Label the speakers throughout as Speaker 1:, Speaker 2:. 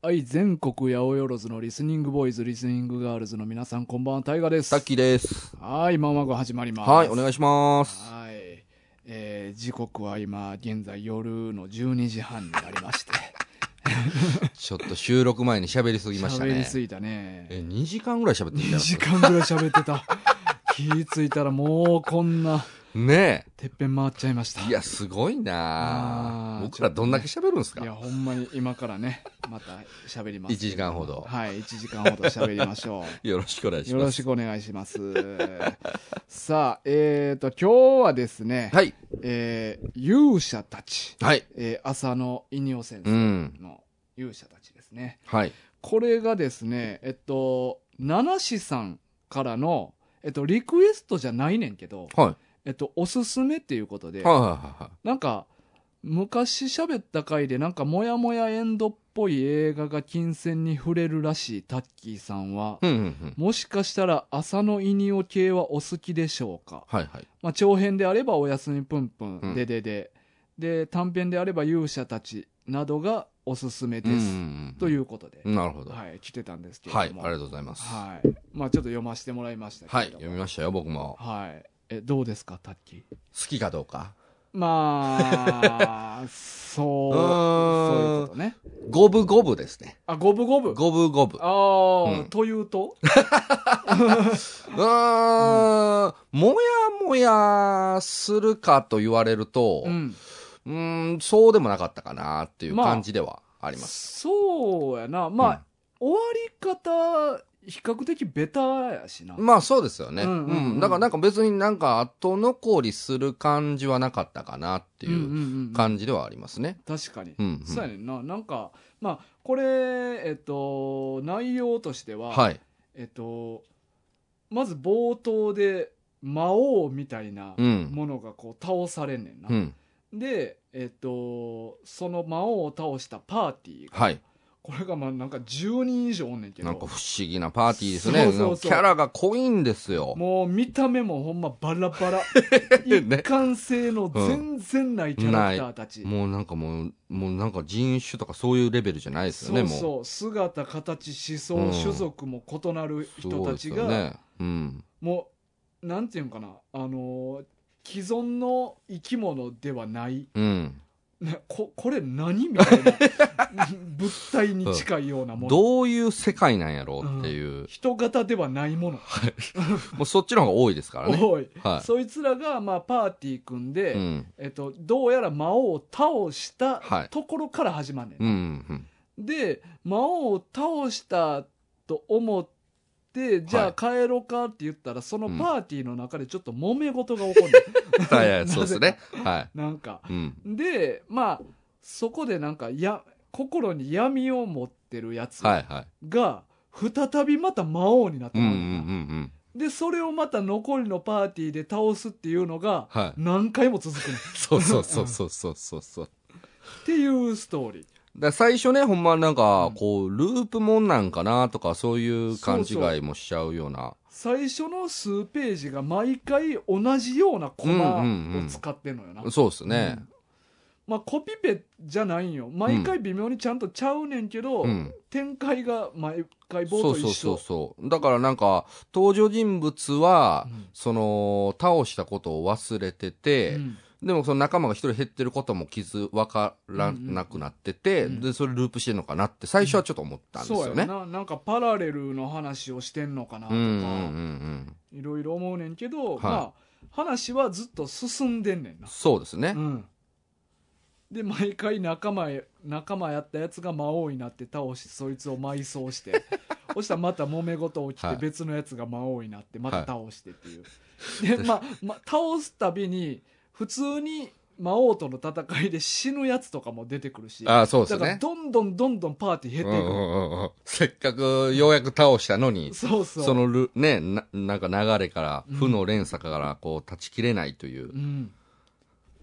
Speaker 1: はい、全国八百万のリスニングボーイズ、リスニングガールズの皆さん、こんばんは、タイガです。
Speaker 2: さっきです。
Speaker 1: はい、まんまご始まります。
Speaker 2: はい、お願いします。
Speaker 1: はい。えー時刻は今、現在夜の12時半になりまして。
Speaker 2: ちょっと収録前に喋りすぎました
Speaker 1: 喋り
Speaker 2: ね。
Speaker 1: すぎたね。
Speaker 2: え、2時間ぐらい喋ってきた
Speaker 1: 2
Speaker 2: よ
Speaker 1: 時間ぐらい喋ってた。気ぃついたらもうこんな、
Speaker 2: ね
Speaker 1: てっぺん回っちゃいました。
Speaker 2: え。いや、すごい
Speaker 1: あー
Speaker 2: なあ僕らどんだけ喋るんです
Speaker 1: いや
Speaker 2: か
Speaker 1: ほんまに今からね、また喋ります。
Speaker 2: 1時間ほど。
Speaker 1: はい、1時間ほど喋りましょう。
Speaker 2: よろしくお願いし
Speaker 1: よ
Speaker 2: ま
Speaker 1: ろ
Speaker 2: す。
Speaker 1: しくお願いします。 さあ、えっ、と、今日はですね、
Speaker 2: はい。
Speaker 1: えー勇者たち、
Speaker 2: はい。
Speaker 1: えー浅野稲尾先
Speaker 2: う
Speaker 1: 生
Speaker 2: ん。
Speaker 1: の勇者たちですね。
Speaker 2: はい。
Speaker 1: これがですね、えっと、七志さんからの、えっと、リクエストじゃないねんけど、
Speaker 2: は
Speaker 1: えっと、おすすめっていうこと
Speaker 2: い。はい。
Speaker 1: で、
Speaker 2: は。
Speaker 1: なんか、昔喋った回でなんかモヤモヤエンドっぽい映画が金銭に触れるらしいタッキーさんはい
Speaker 2: はい。うんうんうん。
Speaker 1: もしかしたら朝のイニオ系はお好きでしょうか、
Speaker 2: はい。はい。
Speaker 1: まあ、長編であれば「おやすみぷんぷ」
Speaker 2: うんん
Speaker 1: ででで」で短編であれば「勇者たち」などがおすすめ
Speaker 2: うん
Speaker 1: です、
Speaker 2: うん
Speaker 1: ということで、
Speaker 2: うん。なるほど。はい。
Speaker 1: はい、来てたんですけれ
Speaker 2: あり
Speaker 1: ども
Speaker 2: がとうございます。は
Speaker 1: はいまあ、ちょっと読ませてもらいましたけ
Speaker 2: い。
Speaker 1: れども
Speaker 2: 読みましたよ、僕も。
Speaker 1: はいえどうですかタッキー
Speaker 2: 好きかどうか。
Speaker 1: まあそう
Speaker 2: うーん
Speaker 1: そういうことね
Speaker 2: 五分五分ですね。
Speaker 1: あ五分五分
Speaker 2: 五分五分。う
Speaker 1: ああ、
Speaker 2: うん
Speaker 1: という と
Speaker 2: ーん。もやもやするかと言われると、
Speaker 1: うん
Speaker 2: うーん、そうでもなかったかなっていう感じではあります。
Speaker 1: そうやなまあ、終わり方比較的ベタやしな、
Speaker 2: うんまあそうですよね。
Speaker 1: う
Speaker 2: うんん
Speaker 1: うんうん
Speaker 2: だからなんか別になんか後残りする感じはなかったかなって
Speaker 1: ん
Speaker 2: いうん
Speaker 1: ん
Speaker 2: 感じではありますね。
Speaker 1: 確かに、
Speaker 2: うん、うん
Speaker 1: そうやねんななんかまあこれえっと内容としては、
Speaker 2: はい。
Speaker 1: えっとまず冒頭で魔王みたいな
Speaker 2: うん。
Speaker 1: ものがこう倒されんねんな、
Speaker 2: うん。
Speaker 1: でえっとその魔王を倒したパーティーが、
Speaker 2: はい。
Speaker 1: これがまあなんか10人以上おんねんけど
Speaker 2: なんか不思議なパーティーですね。
Speaker 1: そうそうそう
Speaker 2: キャラが濃いんですよ。
Speaker 1: もう見た目もほんまバラバラ
Speaker 2: ね
Speaker 1: 一貫性の全然ないキャラクターたち、
Speaker 2: もうなんかもう、もうなんか人種とかそういうレベルじゃないですよ
Speaker 1: そ
Speaker 2: ね、
Speaker 1: う
Speaker 2: もう。
Speaker 1: そう姿形思想、
Speaker 2: うん
Speaker 1: 種族も異なる
Speaker 2: すご
Speaker 1: 人
Speaker 2: い
Speaker 1: た
Speaker 2: です
Speaker 1: ち
Speaker 2: よ
Speaker 1: が、
Speaker 2: ね。うん。
Speaker 1: もうなんていうんかなあのー既存の生き物ではない
Speaker 2: うん。
Speaker 1: なここれ何みたい な物体に近いようなもの、
Speaker 2: どういう世界なんやろうっていう。
Speaker 1: 人型ではないもの、
Speaker 2: もうそっちの方が多いですから ね。
Speaker 1: おい、
Speaker 2: は
Speaker 1: そいつらが、まあ、パーティー組んで、
Speaker 2: い。うん。
Speaker 1: えっと、どうやら魔王を倒した
Speaker 2: はい
Speaker 1: ところから始まんねん
Speaker 2: う、んうん
Speaker 1: で魔王を倒したと思ってじゃ
Speaker 2: は
Speaker 1: あ
Speaker 2: い
Speaker 1: 帰ろうかって言ったら、その
Speaker 2: うん
Speaker 1: パーティーの中でちょっと揉め事が起こる、
Speaker 2: うん。はいはい、そうですね。は
Speaker 1: なんか
Speaker 2: い。うん。
Speaker 1: でまあそこでなんかや心に闇を持ってるやつ
Speaker 2: はいはい。
Speaker 1: が再びまた魔王になって
Speaker 2: うんう
Speaker 1: ま
Speaker 2: ん
Speaker 1: う
Speaker 2: うん
Speaker 1: ねんな
Speaker 2: うん。
Speaker 1: でそれをまた残りのパーティーで倒すっていうのが
Speaker 2: はい。
Speaker 1: 何回も続くねんっ
Speaker 2: そうそうそうそうそうそうそう。だか
Speaker 1: ていうストーリー
Speaker 2: ら最初ね、ほんまなん
Speaker 1: う
Speaker 2: か
Speaker 1: ん、
Speaker 2: こう、ループもんなんかなとか、そういう勘違いもしちゃうような。
Speaker 1: 最初の数ページが毎回同じようなコマを使ってんのよな、
Speaker 2: そうですね
Speaker 1: う。んまあコピペじゃないんよ毎回微妙にちゃんとちゃうねんけど、
Speaker 2: うん。
Speaker 1: 展開が毎回冒頭
Speaker 2: そう
Speaker 1: 一緒
Speaker 2: そうそうそう。だからなんか、登場人物は、
Speaker 1: うん
Speaker 2: その、倒したことを忘れてて、
Speaker 1: うん
Speaker 2: でもその仲間が一人減ってることも傷わからなくなってて、
Speaker 1: うんうん
Speaker 2: で、それループしてんのかなって最初はちょっと思ったんです
Speaker 1: そう
Speaker 2: よ
Speaker 1: や
Speaker 2: ね。
Speaker 1: ななんかパラレルの話をしてんのかなとか、
Speaker 2: うんうんうん
Speaker 1: いろいろ思うねんけど、
Speaker 2: はい
Speaker 1: まあ話はずっと進んでんねん
Speaker 2: うん。
Speaker 1: な、
Speaker 2: そうですね
Speaker 1: う。ん、で毎回仲間へ仲間やったやつが魔王になって倒してそいつを埋葬して そしたらまた揉め事起きて、
Speaker 2: はい
Speaker 1: 別のやつが魔王になってまた倒してっていう、で、まあまあ、倒すたびに普通に魔王との戦いで死ぬやつとかも出てくるし
Speaker 2: ああ、そうで
Speaker 1: だ
Speaker 2: す
Speaker 1: から
Speaker 2: ね。
Speaker 1: どんどんどんどんパーティー減っ
Speaker 2: う
Speaker 1: てい
Speaker 2: ん
Speaker 1: く、
Speaker 2: うんうんうんせっかくようやく倒したのに、
Speaker 1: そうそう
Speaker 2: そのル、ね、ななんか流れから
Speaker 1: うん、
Speaker 2: 負の連鎖からこう断ち切れないとい
Speaker 1: う
Speaker 2: う。
Speaker 1: ん、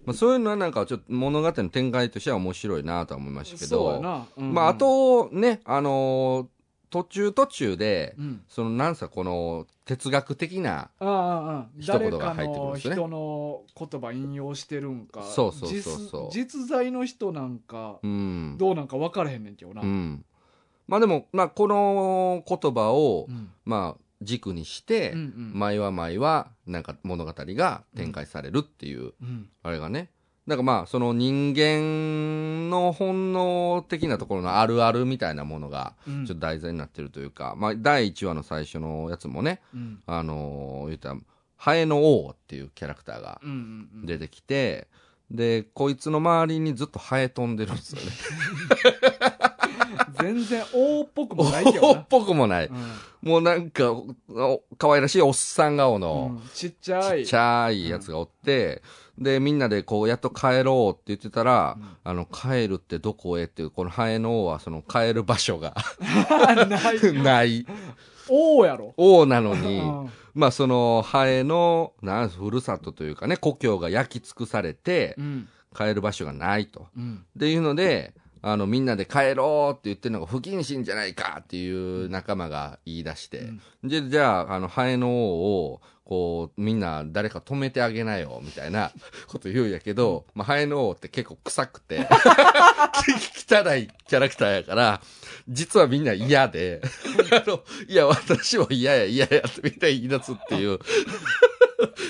Speaker 2: まあそういうのはなんかちょっと物語の展開としては面白いなとは思いましたけ
Speaker 1: そうや
Speaker 2: ど、
Speaker 1: な、うんうん
Speaker 2: まああ、とね、あのー途中途中で
Speaker 1: う、ん、
Speaker 2: そのなんすかこの哲学的な、
Speaker 1: ああああ
Speaker 2: 一
Speaker 1: 誰
Speaker 2: 言
Speaker 1: か
Speaker 2: が入ってくるん
Speaker 1: の
Speaker 2: ですよね
Speaker 1: 人の言葉引用してるんか
Speaker 2: そうそうそうそう
Speaker 1: 実実在の人なんか
Speaker 2: うん。
Speaker 1: どうなんか分からへんねんけどな、
Speaker 2: うん。まあでも、まあこの言葉を、
Speaker 1: うん
Speaker 2: まあ軸にして、
Speaker 1: うんうん
Speaker 2: 毎話毎話、なんか物語が展開されるっていう、
Speaker 1: うん
Speaker 2: あれがね。だからまあ、その人間の本能的なところのあるあるみたいなものが、
Speaker 1: うん
Speaker 2: ちょっと題材になってるというか、まあ、第1話の最初のやつもね、
Speaker 1: うん
Speaker 2: あのー言ったら、ハエの王っていうキャラクターが
Speaker 1: うんうんうん
Speaker 2: 出てきて、で、こいつの周りにずっとハエ飛んでるんです よね。
Speaker 1: 全然王っぽくもないけ
Speaker 2: 王
Speaker 1: どな
Speaker 2: っぽくもない。
Speaker 1: うん
Speaker 2: もうなんか、お可愛らしいおっさん顔の、
Speaker 1: うんちっちゃ
Speaker 2: ち
Speaker 1: い
Speaker 2: っちゃいやつがおって、で、みんなでこう、やっと帰ろうって言ってたら、
Speaker 1: うん
Speaker 2: あの、帰るってどこへっていう、このハエの王はその帰る場所が
Speaker 1: ない
Speaker 2: ない。
Speaker 1: 王やろ
Speaker 2: 王なの
Speaker 1: う
Speaker 2: に、
Speaker 1: ん
Speaker 2: まあその、ハエの、なん、ふるさとというかね、故郷が焼き尽くされて
Speaker 1: う、ん
Speaker 2: 帰る場所がないと。
Speaker 1: うん
Speaker 2: っていうので、あの、みんなで帰ろうって言ってるのが不謹慎じゃないかっていう仲間が言い出して、で、じゃあ、あの、ハエの王を、こう、みんな誰か止めてあげなよ、みたいなこと言うんやけど、まあ、ハエの王って結構臭くて、汚いキャラクターやから、実はみんな嫌で、 あの、いや、私も嫌や、嫌や、ってみんな言い出すっていう。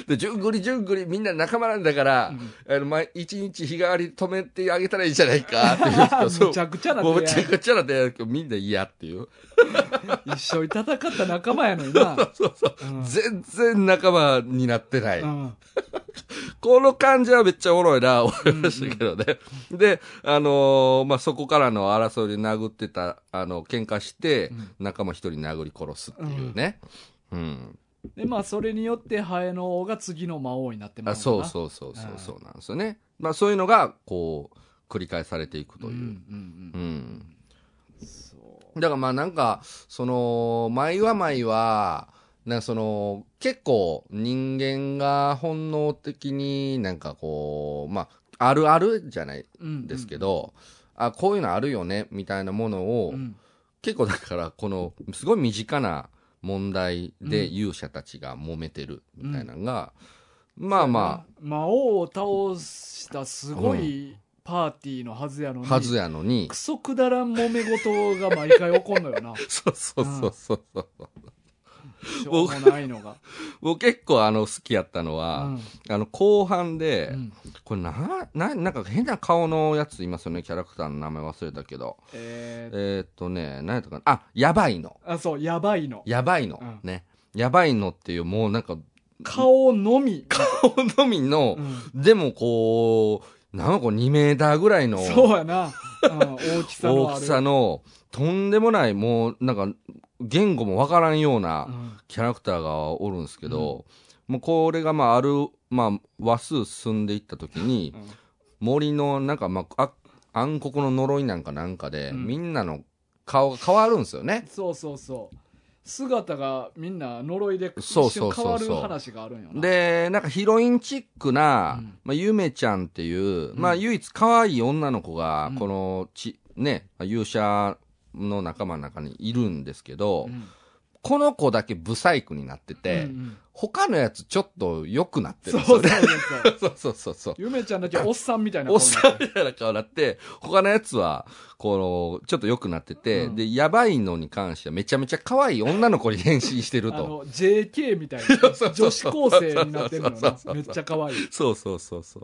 Speaker 2: で、じゅんぐりじゅんぐり、みんな仲間なんだから、あの、毎一日日替わり止めてあげたらいいじゃないか、って言うんですけどそ う
Speaker 1: むちゃくちゃな
Speaker 2: もう
Speaker 1: 出
Speaker 2: めち
Speaker 1: 会
Speaker 2: ゃくちゃな出会いだけど、みんな嫌っていう。
Speaker 1: い一緒に戦った仲間やのにな
Speaker 2: そうそう。
Speaker 1: うん
Speaker 2: 全然仲間になってない。
Speaker 1: うん
Speaker 2: この感じはめっちゃおもろいな、思いましたけどね。 で、あのーまあ、そこからの争いで殴ってた、あの、喧嘩して、
Speaker 1: うん
Speaker 2: 仲間一人殴り殺すっていうね。うん。
Speaker 1: でまあそれによってハエの王が次の魔王になってま
Speaker 2: あ
Speaker 1: すもん
Speaker 2: そう
Speaker 1: な
Speaker 2: そうそうそう
Speaker 1: うん
Speaker 2: そうなんですよね。まあ、そういうのが、こう、繰り返されていくという。
Speaker 1: んう
Speaker 2: う
Speaker 1: ん
Speaker 2: ん
Speaker 1: うんそう
Speaker 2: だからまあなんか、その、毎は毎は、なんかその、結構人間が本能的になんかこう、まあ、あるあるじゃない
Speaker 1: うんうん
Speaker 2: ですけど、あ、こういうのあるよね、みたいなものを、
Speaker 1: うん
Speaker 2: 結構だから、この、すごい身近な問題で勇者たちが揉めてる、みたいなのが、まあま
Speaker 1: 魔王を倒したすごいパーティーのはずやの
Speaker 2: あ、
Speaker 1: に
Speaker 2: はずやのに
Speaker 1: ク、ソくだらん揉め事が毎回起こんのよ な
Speaker 2: そうそうそうそうそう。
Speaker 1: しょうもないのが
Speaker 2: 僕結構あの、好きやったの
Speaker 1: う
Speaker 2: は、
Speaker 1: ん
Speaker 2: あの、後半で、
Speaker 1: うん
Speaker 2: これな、な、なんか変な顔のやついますよね、キャラクターの名前忘れたけど。
Speaker 1: えー
Speaker 2: えーっとね、何やったかな。あ、やばいの。
Speaker 1: あそうやばいの
Speaker 2: やばいの。
Speaker 1: うん
Speaker 2: ね。やばいのっていう、もうなんか、
Speaker 1: 顔のみ
Speaker 2: 好みの
Speaker 1: う、ん
Speaker 2: でもこう、なんかこう2メーターぐらいの
Speaker 1: そうやな、うん大きさのあ
Speaker 2: 大
Speaker 1: る
Speaker 2: きさの、とんでもない、もうなんか、言語もわからんよう
Speaker 1: う
Speaker 2: なんキャラクターがおるんですけど、もうこれがまあある、まあ話数進んでいった時に、
Speaker 1: うん
Speaker 2: 森のなんか、まあ、あ暗黒の呪いなんかなんかで、
Speaker 1: うん
Speaker 2: みんなの顔が変わるんですよね。
Speaker 1: そうそうそう姿がみんな呪いで一
Speaker 2: そう
Speaker 1: 瞬
Speaker 2: そうそうそう
Speaker 1: 変わる話があるんよな
Speaker 2: で、なんかヒロインチックな、
Speaker 1: うん
Speaker 2: まあ、ゆめちゃんっていう、
Speaker 1: ん
Speaker 2: まあ、唯一可愛い女の子が
Speaker 1: うん、
Speaker 2: このち、ね、勇者の仲間の中にいるんですけど、
Speaker 1: うん
Speaker 2: この子だけブサイクになってて、
Speaker 1: うんうん
Speaker 2: 他のやつちょっと良くなってる
Speaker 1: そ
Speaker 2: ん
Speaker 1: う
Speaker 2: です
Speaker 1: そ
Speaker 2: よ
Speaker 1: うそう
Speaker 2: ね。
Speaker 1: そう
Speaker 2: そうそうそうそう。
Speaker 1: ゆめちゃんだけおっさんみたいな
Speaker 2: おっ
Speaker 1: 顔になっ
Speaker 2: さん
Speaker 1: て
Speaker 2: みたいな顔になって、他のやつは、この、ちょっと良くなってて、
Speaker 1: うん
Speaker 2: で、やばいのに関してはめちゃめちゃ可愛い女の子に変身してる
Speaker 1: あ
Speaker 2: と。
Speaker 1: の JK みたい
Speaker 2: そうそうそ
Speaker 1: な
Speaker 2: う
Speaker 1: 女子高生になってるの
Speaker 2: そ
Speaker 1: な
Speaker 2: うそうそうそう
Speaker 1: めっちゃ可愛い
Speaker 2: そうそうそうそ